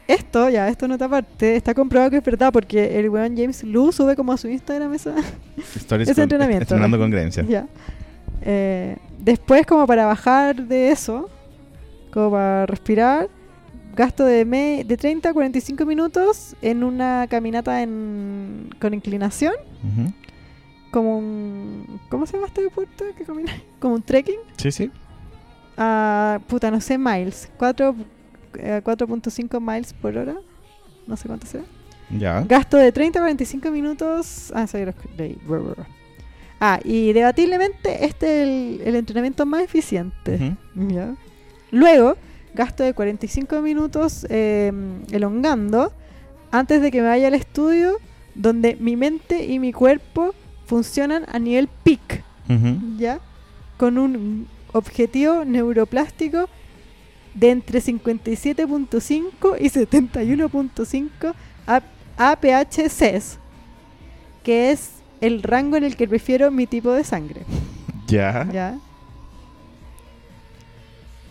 Esto, ya, esto nota aparte, está comprobado que es verdad porque el weón James Lu sube como a su Instagram esa.
Stories
Ese entrenamiento.
Entrenando con Grencia.
ya. Eh, después, como para bajar de eso, como para respirar, gasto de, me- de 30 a 45 minutos en una caminata en- con inclinación,
Ujú.
como un... ¿Cómo se llama este deporte que camina? [LAUGHS] Como un trekking.
Sí, sí.
A, puta, no sé, miles. cuatro- eh, 4.5 miles por hora. No sé cuánto sea.
Ya.
Gasto de 30 a 45 minutos. Ah, soy los leí. Brr, brr, brr. Ah, y debatiblemente este es el, el entrenamiento más eficiente.
Ujú.
¿ya? Luego, gasto de 45 minutos eh, elongando antes de que me vaya al estudio donde mi mente y mi cuerpo funcionan a nivel peak.
Ujú.
¿ya? Con un objetivo neuroplástico de entre 57.5 y 71.5 A- APHCs, que es el rango en el que prefiero mi tipo de sangre,
Ya.
¿ya?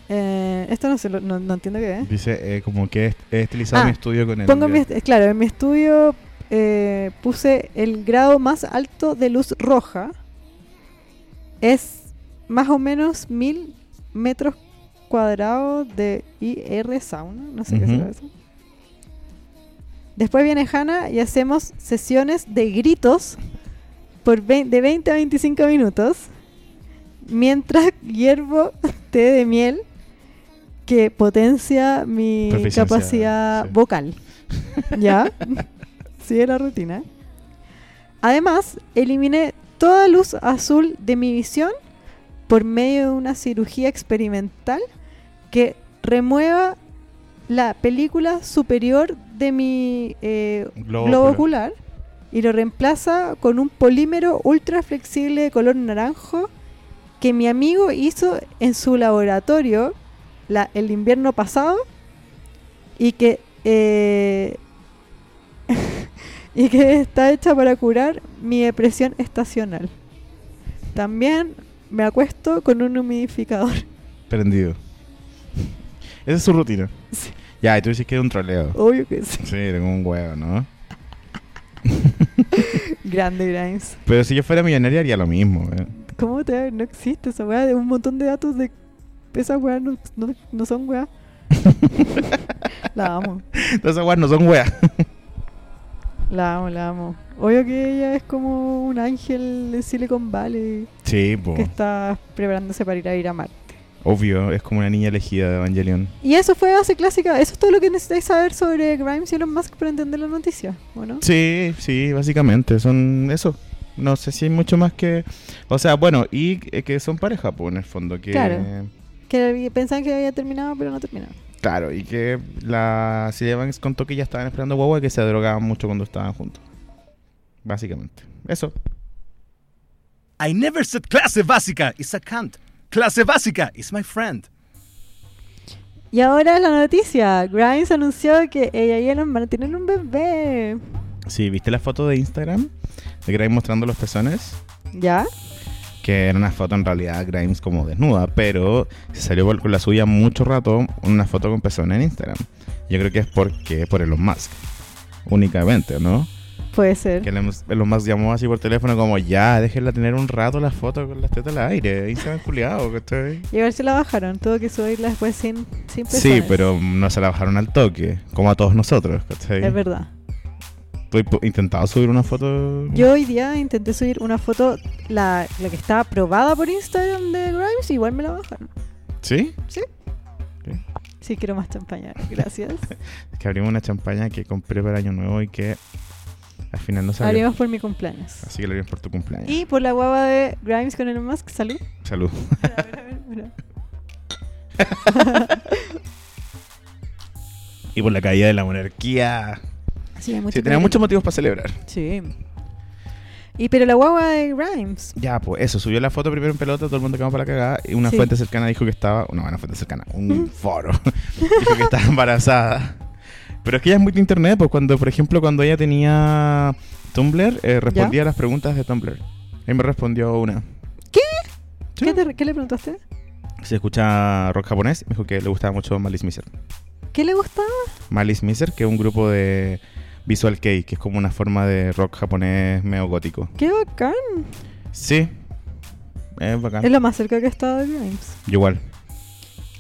Eh, esto no, se lo- no, no entiendo qué es.
Dice eh, como que he est- he estilizado
Ah,
mi estudio con el.
Pongo mi, est- claro, en mi estudio eh, puse el grado más alto de luz roja. Es más o menos mil metros cuadrados de IR sauna. No sé qué
Ujú.
será eso. Después viene Hanna y hacemos sesiones de gritos por vein- de 20 a 25 minutos. Mientras hiervo [LAUGHS] té de miel que potencia mi
Proficiencia,
capacidad
sí. [LAUGHS]
vocal. ¿Ya? Sigue la rutina. Además, eliminé toda luz azul de mi visión por medio de una cirugía experimental que remueva la película superior de mi eh,
globo,
globo
ocular.
ocular y lo reemplaza con un polímero ultra flexible de color naranjo que mi amigo hizo en su laboratorio la- el invierno pasado y que eh, [LAUGHS] y que está hecha para curar mi depresión estacional. También me acuesto con un humidificador. [LAUGHS]
Prendido. Esa es su rutina.
Sí. Oh.
Ya, y tú dices que era un troleo.
Obvio que sí.
Sí, era como un huevo, ¿no?
Grande Grimes.
Pero si yo fuera millonaria haría lo mismo. eh.
¿Cómo te.? No existe esa weá de un montón de datos de. Esas weá no, no, no son weá. la amo,
Todas esas weas no son weas.
la amo, la amo. Obvio que ella es como un ángel de Silicon Valley
Sí, po.
que está preparándose para ir a ir a Marte.
Obvio, es como una niña elegida de Evangelion.
Y eso fue base clásica. Eso es todo lo que necesitáis saber sobre Grimes y Elon Musk para entender la noticia, ¿o no?
Sí, sí, básicamente, son eso. No sé si hay mucho más que... O sea, bueno, y eh, que son pareja, pues, en el fondo. Que,
Claro. Que pensaban que había terminado, pero no terminaba.
Claro, y que la Celia Banks contó que ya estaban esperando guagua y que se drogaban mucho cuando estaban juntos. Básicamente. Eso.
I never said clase básica is a cunt. Clase básica is my friend.
Y ahora la noticia. Grimes anunció que ella y Elon van a tener un bebé.
Sí, ¿viste la foto de Instagram? De Grimes mostrando los pezones.
¿Ya?
Que era una foto en realidad Grimes como desnuda, pero se salió por- con la suya mucho rato una foto con pezones en Instagram. Yo creo que es porque por Elon Musk. Únicamente, ¿no?
Puede ser.
Que Elon Musk- Elon Musk llamó así por teléfono como ya, déjenla tener un rato la foto con las tetas al aire. Instagram culiado, que estoy...
Y a ver si la bajaron. Tuvo que subirla después sin, sin
Sí,
pezones.
pero no se la bajaron al toque, como a todos nosotros. ¿cachai?
Es verdad.
Tú has pu- intentado subir una foto.
Yo hoy día intenté subir una foto, la, la que está aprobada por Instagram de Grimes, igual me la bajaron.
¿Sí?
Sí, quiero más champaña.
[LAUGHS]
Gracias.
Es que abrimos una champaña que compré para Año Nuevo y que al final no salió.
Haríamos por mi cumpleaños.
Así que lo abrimos por tu cumpleaños.
Y por la guava de Grimes con Elon Musk. Salud.
Salud.
A ver, a ver, mira.
[LAUGHS] Y por la caída de la monarquía.
Sí, hay mucho
Sí, tenía
cariño.
muchos motivos para celebrar.
Sí. Y pero la guagua de Grimes.
Ya, pues eso. Subió la foto primero en pelota, todo el mundo quedó para la cagada. Y una
Sí.
fuente cercana dijo que estaba. No, una fuente cercana, un foro. [LAUGHS] dijo que estaba embarazada. Pero es que ella es muy de internet, pues cuando, por ejemplo, cuando ella tenía Tumblr, eh, respondía a las preguntas de Tumblr. Él me respondió una. Sí.
¿Qué, te- qué le preguntaste?
Se escucha rock japonés, me dijo que le gustaba mucho Malice Miser.
¿Qué le gustaba?
Malice Miser, que es un grupo de Visual Kei, que es como una forma de rock japonés medio gótico.
Qué bacán.
Sí. Es bacán.
Es lo más cerca que he estado de Grimes.
Igual.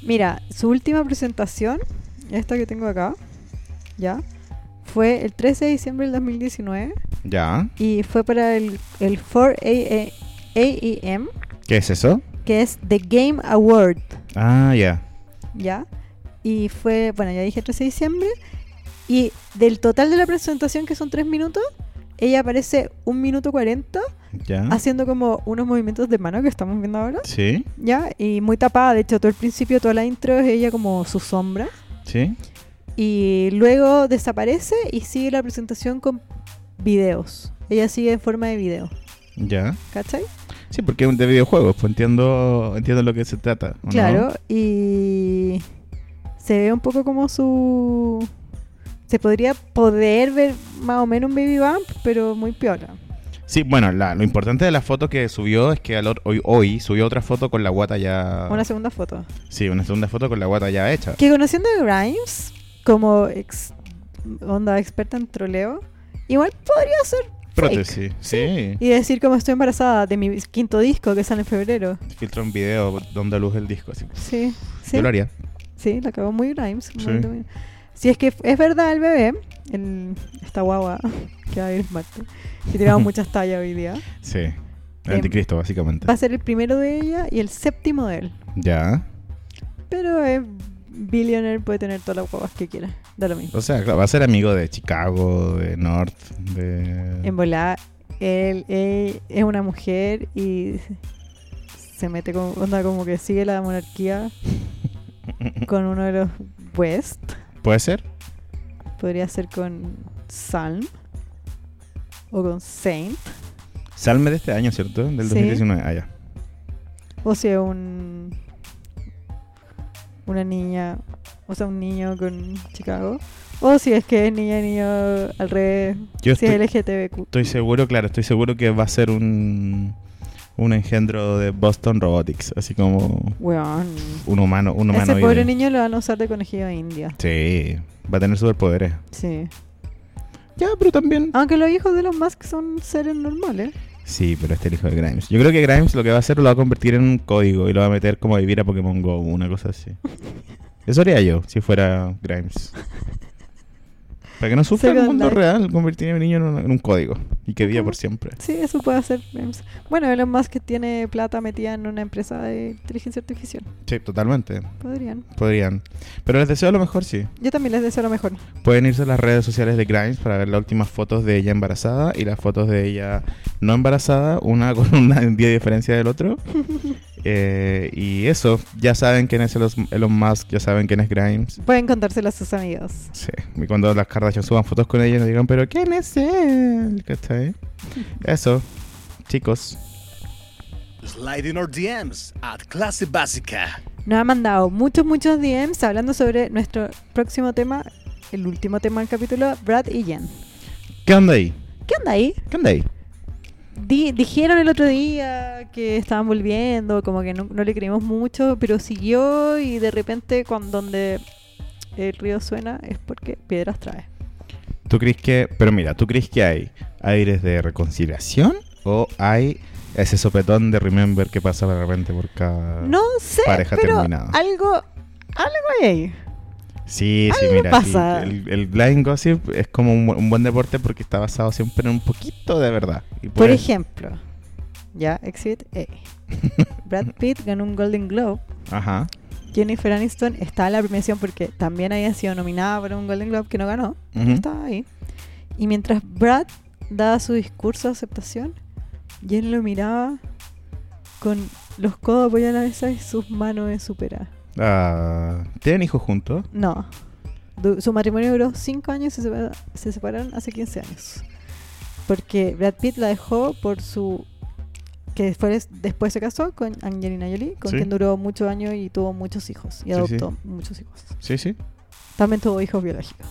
Mira, su última presentación, esta que tengo acá, ya, fue el 13 de diciembre del 2019
Ya.
y fue para el, el 4 AA AEM,
¿Qué es eso?
E que es The Game Award,
Ah, ya.
ya. Y fue, bueno, ya dije 13 de diciembre. Y del total de la presentación, que son 3 minutos, ella aparece 1 minuto 40
Ya.
haciendo como unos movimientos de mano que estamos viendo ahora.
Sí.
Ya, y muy tapada. De hecho, todo el principio, toda la intro es ella como su sombra.
Sí.
Y luego desaparece y sigue la presentación con videos. Ella sigue en forma de video.
Ya.
¿Cachai?
Sí, porque es de videojuegos, pues entiendo, entiendo lo que se trata. ¿o no?
Claro. Y se ve un poco como su... Se podría poder ver más o menos un baby bump, pero muy piola.
Sí, bueno, la- lo importante de la foto que subió es que al otro- hoy, hoy subió otra foto con la guata ya.
Una segunda foto.
Sí, una segunda foto con la guata ya hecha.
Que conociendo a Grimes como ex, onda experta en troleo, igual podría ser
Prótesis, sí.
y decir como estoy embarazada de mi quinto disco que sale en febrero.
Filtra un video dando luz el disco. Así.
Sí, sí,
Yo lo haría.
sí, la cagó muy Grimes.
Sí.
muy domin- Si es que f- es verdad el bebé, el, esta guagua [LAUGHS] que va a ir Marte, que tiramos muchas tallas hoy día,
Sí.
Em,
El anticristo, básicamente.
va a ser el primero de ella y el séptimo de él.
Ya.
Pero es billionaire, puede tener todas las guaguas que quiera, da lo mismo.
O sea, claro, va a ser amigo de Chicago, de North, de.
En volar, él, él es una mujer y se mete con onda como que sigue la monarquía con uno de los West.
¿Puede ser?
Podría ser con Salm o con Saint.
Salme de este año, ¿cierto? Del
Sí.
2019. Ah, ya.
O sea, un. Una niña. O sea, un niño con Chicago. O si es que es niña, niño al revés.
Yo
si
estoy-
es LGTBQ.
Estoy seguro, claro, estoy seguro que va a ser un, un engendro de Boston Robotics, así como
Weón.
un humano, un
Ese
humano.
pobre niño lo van a usar de conejillo de India.
Sí, va a tener superpoderes.
Sí.
Ya, pero también.
Ah, Aunque los hijos de los Musk son seres normales.
Sí, pero este es el hijo de Grimes. Yo creo que Grimes lo que va a hacer lo va a convertir en un código y lo va a meter como a vivir a Pokémon Go, una cosa así. Eso haría yo, si fuera Grimes. Para que no sufra en el mundo
Second
real, convertir a mi niño en, un- en un código y que viva por siempre.
Sí, eso puede hacer memes. Bueno, Elon Musk que tiene plata metida en una empresa de inteligencia artificial.
Sí, totalmente.
Podrían.
Podrían. Pero les deseo lo mejor, sí.
Yo también les deseo lo mejor.
Pueden irse a las redes sociales de Grimes para ver las últimas fotos de ella embarazada y las fotos de ella no embarazada, una [LAUGHS] con una en día de diferencia del otro. Eh, y eso, ya saben quién es Elon Elon Musk, ya saben quién es Grimes.
Pueden contárselo a sus amigos.
Sí, y cuando las Kardashian suban fotos con ella nos digan, pero ¿quién es él? ¿Cachai? Eso, chicos.
Slide in our DMs at Clase Básica.
Nos ha mandado muchos, muchos DMs hablando sobre nuestro próximo tema, el último tema del capítulo, Brad y Jen.
¿Qué onda ahí?
¿Qué onda ahí?
¿Qué onda ahí?
Di- dijeron el otro día que estaban volviendo, como que no, no le creímos mucho, pero siguió y de repente cuando donde el río suena es porque piedras trae.
¿Tú crees que, pero mira, ¿tú crees que hay aires de reconciliación o hay ese sopetón de remember que pasa de repente por cada...
No sé,
Ah, Pareja
pero
terminada.
algo, algo hay ahí.
Sí, sí,
Algo
mira.
pasa.
sí, el, el blind gossip es como un, bu- un buen deporte porque está basado siempre en un poquito de verdad. Y
Por
puede-
ejemplo, ya, Exhibit
[LAUGHS]
A. Brad Pitt ganó un Golden Globe.
Ajá.
Jennifer Aniston está en la premiación porque también había sido nominada para un Golden Globe que no ganó.
ujú.
Estaba ahí. Y mientras Brad daba su discurso de aceptación, Jen lo miraba con los codos apoyados en la mesa y sus manos en su pera.
Ah, ¿Tienen hijos juntos?
No. Du- su matrimonio duró 5 años y se, separa- se separaron hace 15 años. Porque Brad Pitt la dejó por su... Que después, después se casó con Angelina Jolie, con
Sí.
quien duró muchos años y tuvo muchos hijos. Y
Sí, sí.
adoptó muchos hijos.
Sí, sí.
También tuvo hijos biológicos.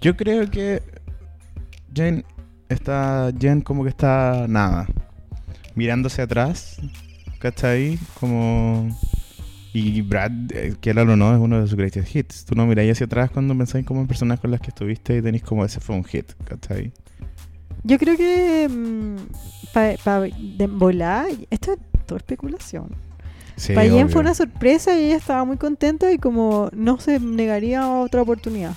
Yo creo que Jen está. Jen como que está nada. Mirándose atrás. ¿Cachai? Como. Y Brad, eh, quieralo o no, es uno de sus greatest hits. Tú no miráis hacia atrás cuando pensáis como en personas con las que estuviste y tenéis como ese fue un hit, ¿cachai?
Yo creo que para de volar, esto es toda especulación.
Sí,
para Jen
obvio.
fue una sorpresa y ella estaba muy contenta y como no se negaría a otra oportunidad.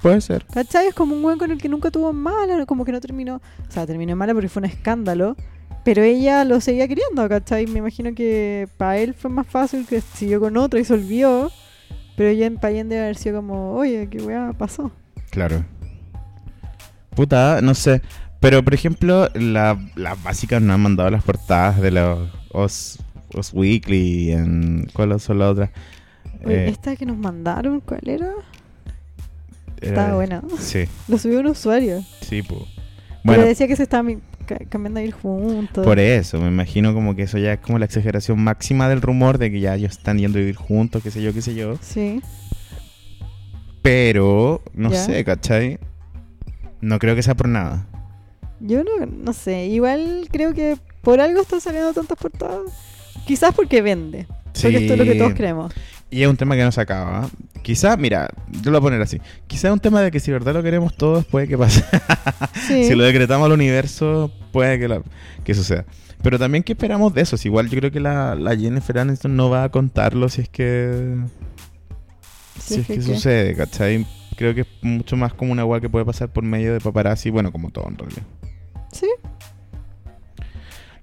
Puede ser.
¿Cachai? Es como un weón con el que nunca tuvo mala, como que no terminó. O sea, terminó mala porque fue un escándalo. Pero ella lo seguía queriendo, ¿cachai? Me imagino que para él fue más fácil que siguió con otra y se olvidó. Pero ella para Jen debe haber sido como, oye, qué weá pasó.
Claro. Puta, no sé. Pero, por ejemplo, la- las básicas nos han mandado las portadas de los Os, Os Weekly. En, ¿Cuáles son las otras?
Oye,
Eh,
esta que nos mandaron, ¿cuál era?
era-
Estaba buena.
eh, Sí,
Lo subió un usuario.
sí, po.
Pero
Bueno,
decía que se estaban mi- ca- cambiando a ir juntos.
por e-, eso, me imagino como que eso ya es como la exageración máxima del rumor de que ya ellos están yendo a vivir juntos, qué sé yo, qué sé yo.
Sí.
Pero, no
Ya.
sé, ¿cachai? No creo que sea por nada.
Yo no, no sé. Igual creo que por algo están saliendo tantas portadas. Quizás porque vende.
Sí.
Porque esto es lo que todos creemos.
Y es un tema que no se acaba. ¿ah? Quizá, mira, yo lo voy a poner así. Quizá es un tema de que si de verdad lo queremos todos, puede que pase.
Sí.
[LAUGHS] si lo decretamos al universo, puede que, la- que suceda. Pero también, ¿qué esperamos de eso? Si igual yo creo que la, la Jennifer Aniston no va a contarlo si es que. Si, es que,
qué.
sucede, ¿cachai? Creo que es mucho más como una agua que puede pasar por medio de paparazzi, bueno, como todo en realidad.
Sí,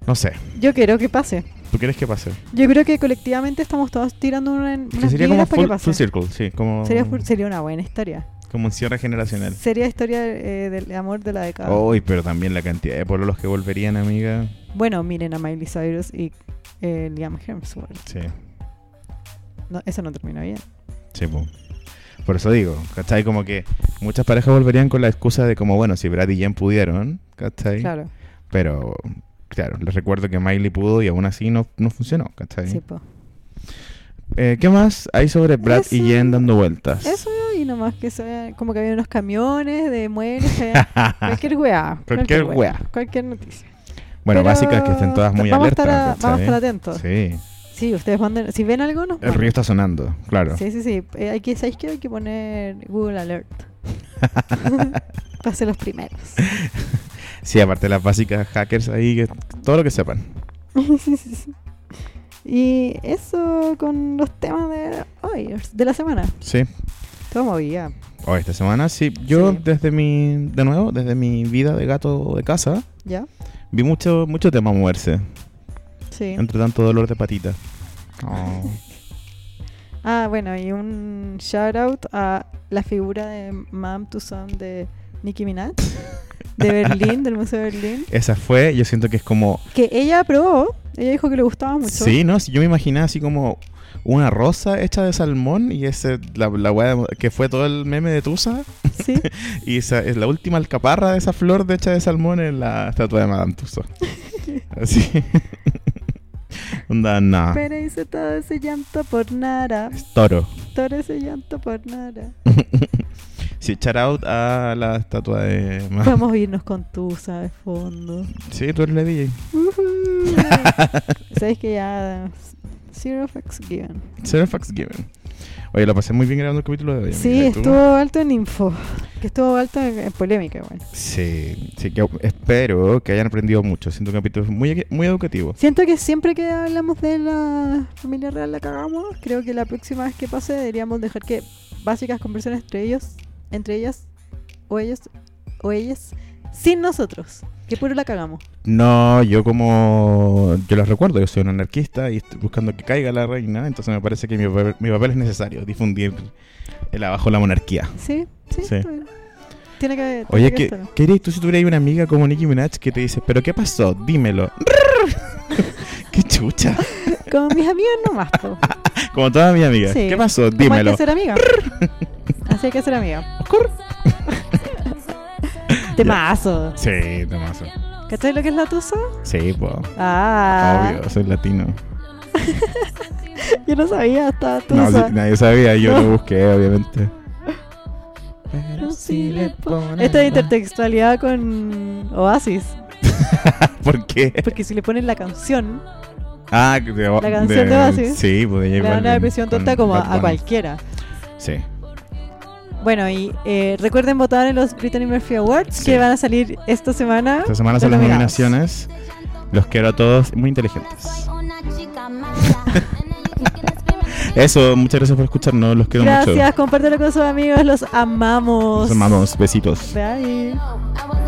No sé.
yo creo que pase.
¿Tú quieres que pase?
Yo creo que colectivamente estamos todos tirando una, en-
Que
unas
sería como
piedras para
full,
que
full
pase.
circle, sí. Como,
Sería, full- sería una buena historia.
como un cierre generacional.
Sería historia eh, del amor de la década.
Uy, pero también la cantidad de pololos que volverían, amiga.
Bueno, miren a Miley Cyrus y eh, Liam Hemsworth.
Sí.
No, eso no terminó bien.
Sí, po. Por eso digo, ¿cachai? Como que muchas parejas volverían con la excusa de como, bueno, si Brad y Jen pudieron, ¿cachai?
Claro.
Pero, claro, les recuerdo que Miley pudo y aún así no, no funcionó, ¿cachai?
Sí, po.
Eh, ¿Qué más hay sobre Brad y
Eso.
Jen dando vueltas? [LAUGHS]
Eso y nomás que se vean- como que había unos camiones de muebles, que
[LAUGHS]
había- cualquier weá.
Cualquier
weá,
weá.
Cualquier noticia.
bueno,
Pero
básicas que estén todas muy
vamos a
alertas.
estar a- vamos a estar
¿cachai?
atentos.
Sí,
Sí, ustedes manden, si ven algo nos
el
mandan.
río está sonando, claro.
Sí, sí, sí. Eh, hay que, ¿Sabéis que hay que
[LAUGHS]
poner Google Alert? Para ser los primeros.
Sí, aparte de las básicas hackers ahí, que- todo lo que sepan.
[LAUGHS] y eso con los temas de hoy, de la semana.
Sí.
Todo movía.
O Oh, esta semana, sí. Yo
Sí.
desde mi, de nuevo, desde mi vida de gato de casa,
¿Ya?
vi mucho, mucho tema moverse.
Sí.
Entre tanto dolor de patita. Oh.
Ah, bueno, y un shout out a la figura de Madame Tussauds de Nicki Minaj de Berlín, del Museo de Berlín,
Esa fue, yo siento que es como...
que ella probó, ella dijo que le gustaba mucho.
Sí, ¿no? Sí, Yo me imaginaba así como una rosa hecha de salmón y ese, la, la weá de- que fue todo el meme de Tusa.
Sí.
Y esa es la última alcaparra de esa flor de hecha de salmón en la estatua de Madame
[LAUGHS]
Tussauds. Así. [LAUGHS] Onda, nah.
Pero hice todo ese llanto por nada.
Es toro.
Todo ese llanto por nada.
Sí, shout out a la estatua de Madame.
Vamos a irnos con Tusa de fondo.
[LAUGHS] Sí, tú eres la DJ.
Ujú. Sabes que ya. Zero facts given.
Zero facts given. Oye, lo pasé muy bien grabando el capítulo de hoy.
Sí,
amiga, ¿y tú?
estuvo alto en info. Que estuvo alto en, en polémica, bueno.
Sí, sí que espero que hayan aprendido mucho. Siento un capítulo muy, muy educativo.
Siento que siempre que hablamos de la familia real la cagamos. Creo que la próxima vez que pase deberíamos dejar que básicas conversaciones entre ellos, entre ellas, o ellos, o ellas, sin nosotros. Que puro la cagamos.
No, yo como... Yo les recuerdo, yo soy un anarquista y estoy buscando que caiga la reina, entonces me parece que mi papel, mi papel es necesario, difundir el abajo la monarquía.
Sí, sí.
Sí.
está bien. Tiene que haber.
Oye,
tiene que
¿qué,
estar.
¿qué dirías tú si tuvieras una amiga como Nicki Minaj que te dice, pero qué pasó? Dímelo. [LAUGHS] ¡Qué chucha!
Con mis amigos nomás,
[LAUGHS]
po.
Como todas mis amigas.
Sí.
¿Qué pasó?
Como hay
Dímelo.
que ser
[LAUGHS]
amiga. Así hay que ser amiga. Temazo.
Sí, tomazo.
¿Cachai lo que es la tusa?
Sí, po.
Ah,
Obvio, soy latino.
yo no sabía hasta
No,
tusa.
si- nadie sabía, yo
[LAUGHS]
lo busqué, obviamente. [LAUGHS]
Pero si le ponen- Esta es intertextualidad con Oasis.
¿Por qué?
Porque si le ponen la canción,
Ah, que de,
La canción de Oasis.
Sí, pues de
le
J
dan una
Balvin
depresión
con
tonta como
Bad
a, Ah, a
Bunny.
cualquiera.
Sí.
Bueno, y eh, recuerden votar en los Brittany Murphy Awards
Sí.
que van a salir esta semana.
Esta semana
Los
son las
nominados.
nominaciones. Los quiero a todos muy inteligentes. [LAUGHS] Eso, muchas gracias por escucharnos. Los quiero mucho.
Gracias, compártelo con sus amigos, los amamos.
Los amamos. Besitos.
Bye.
I was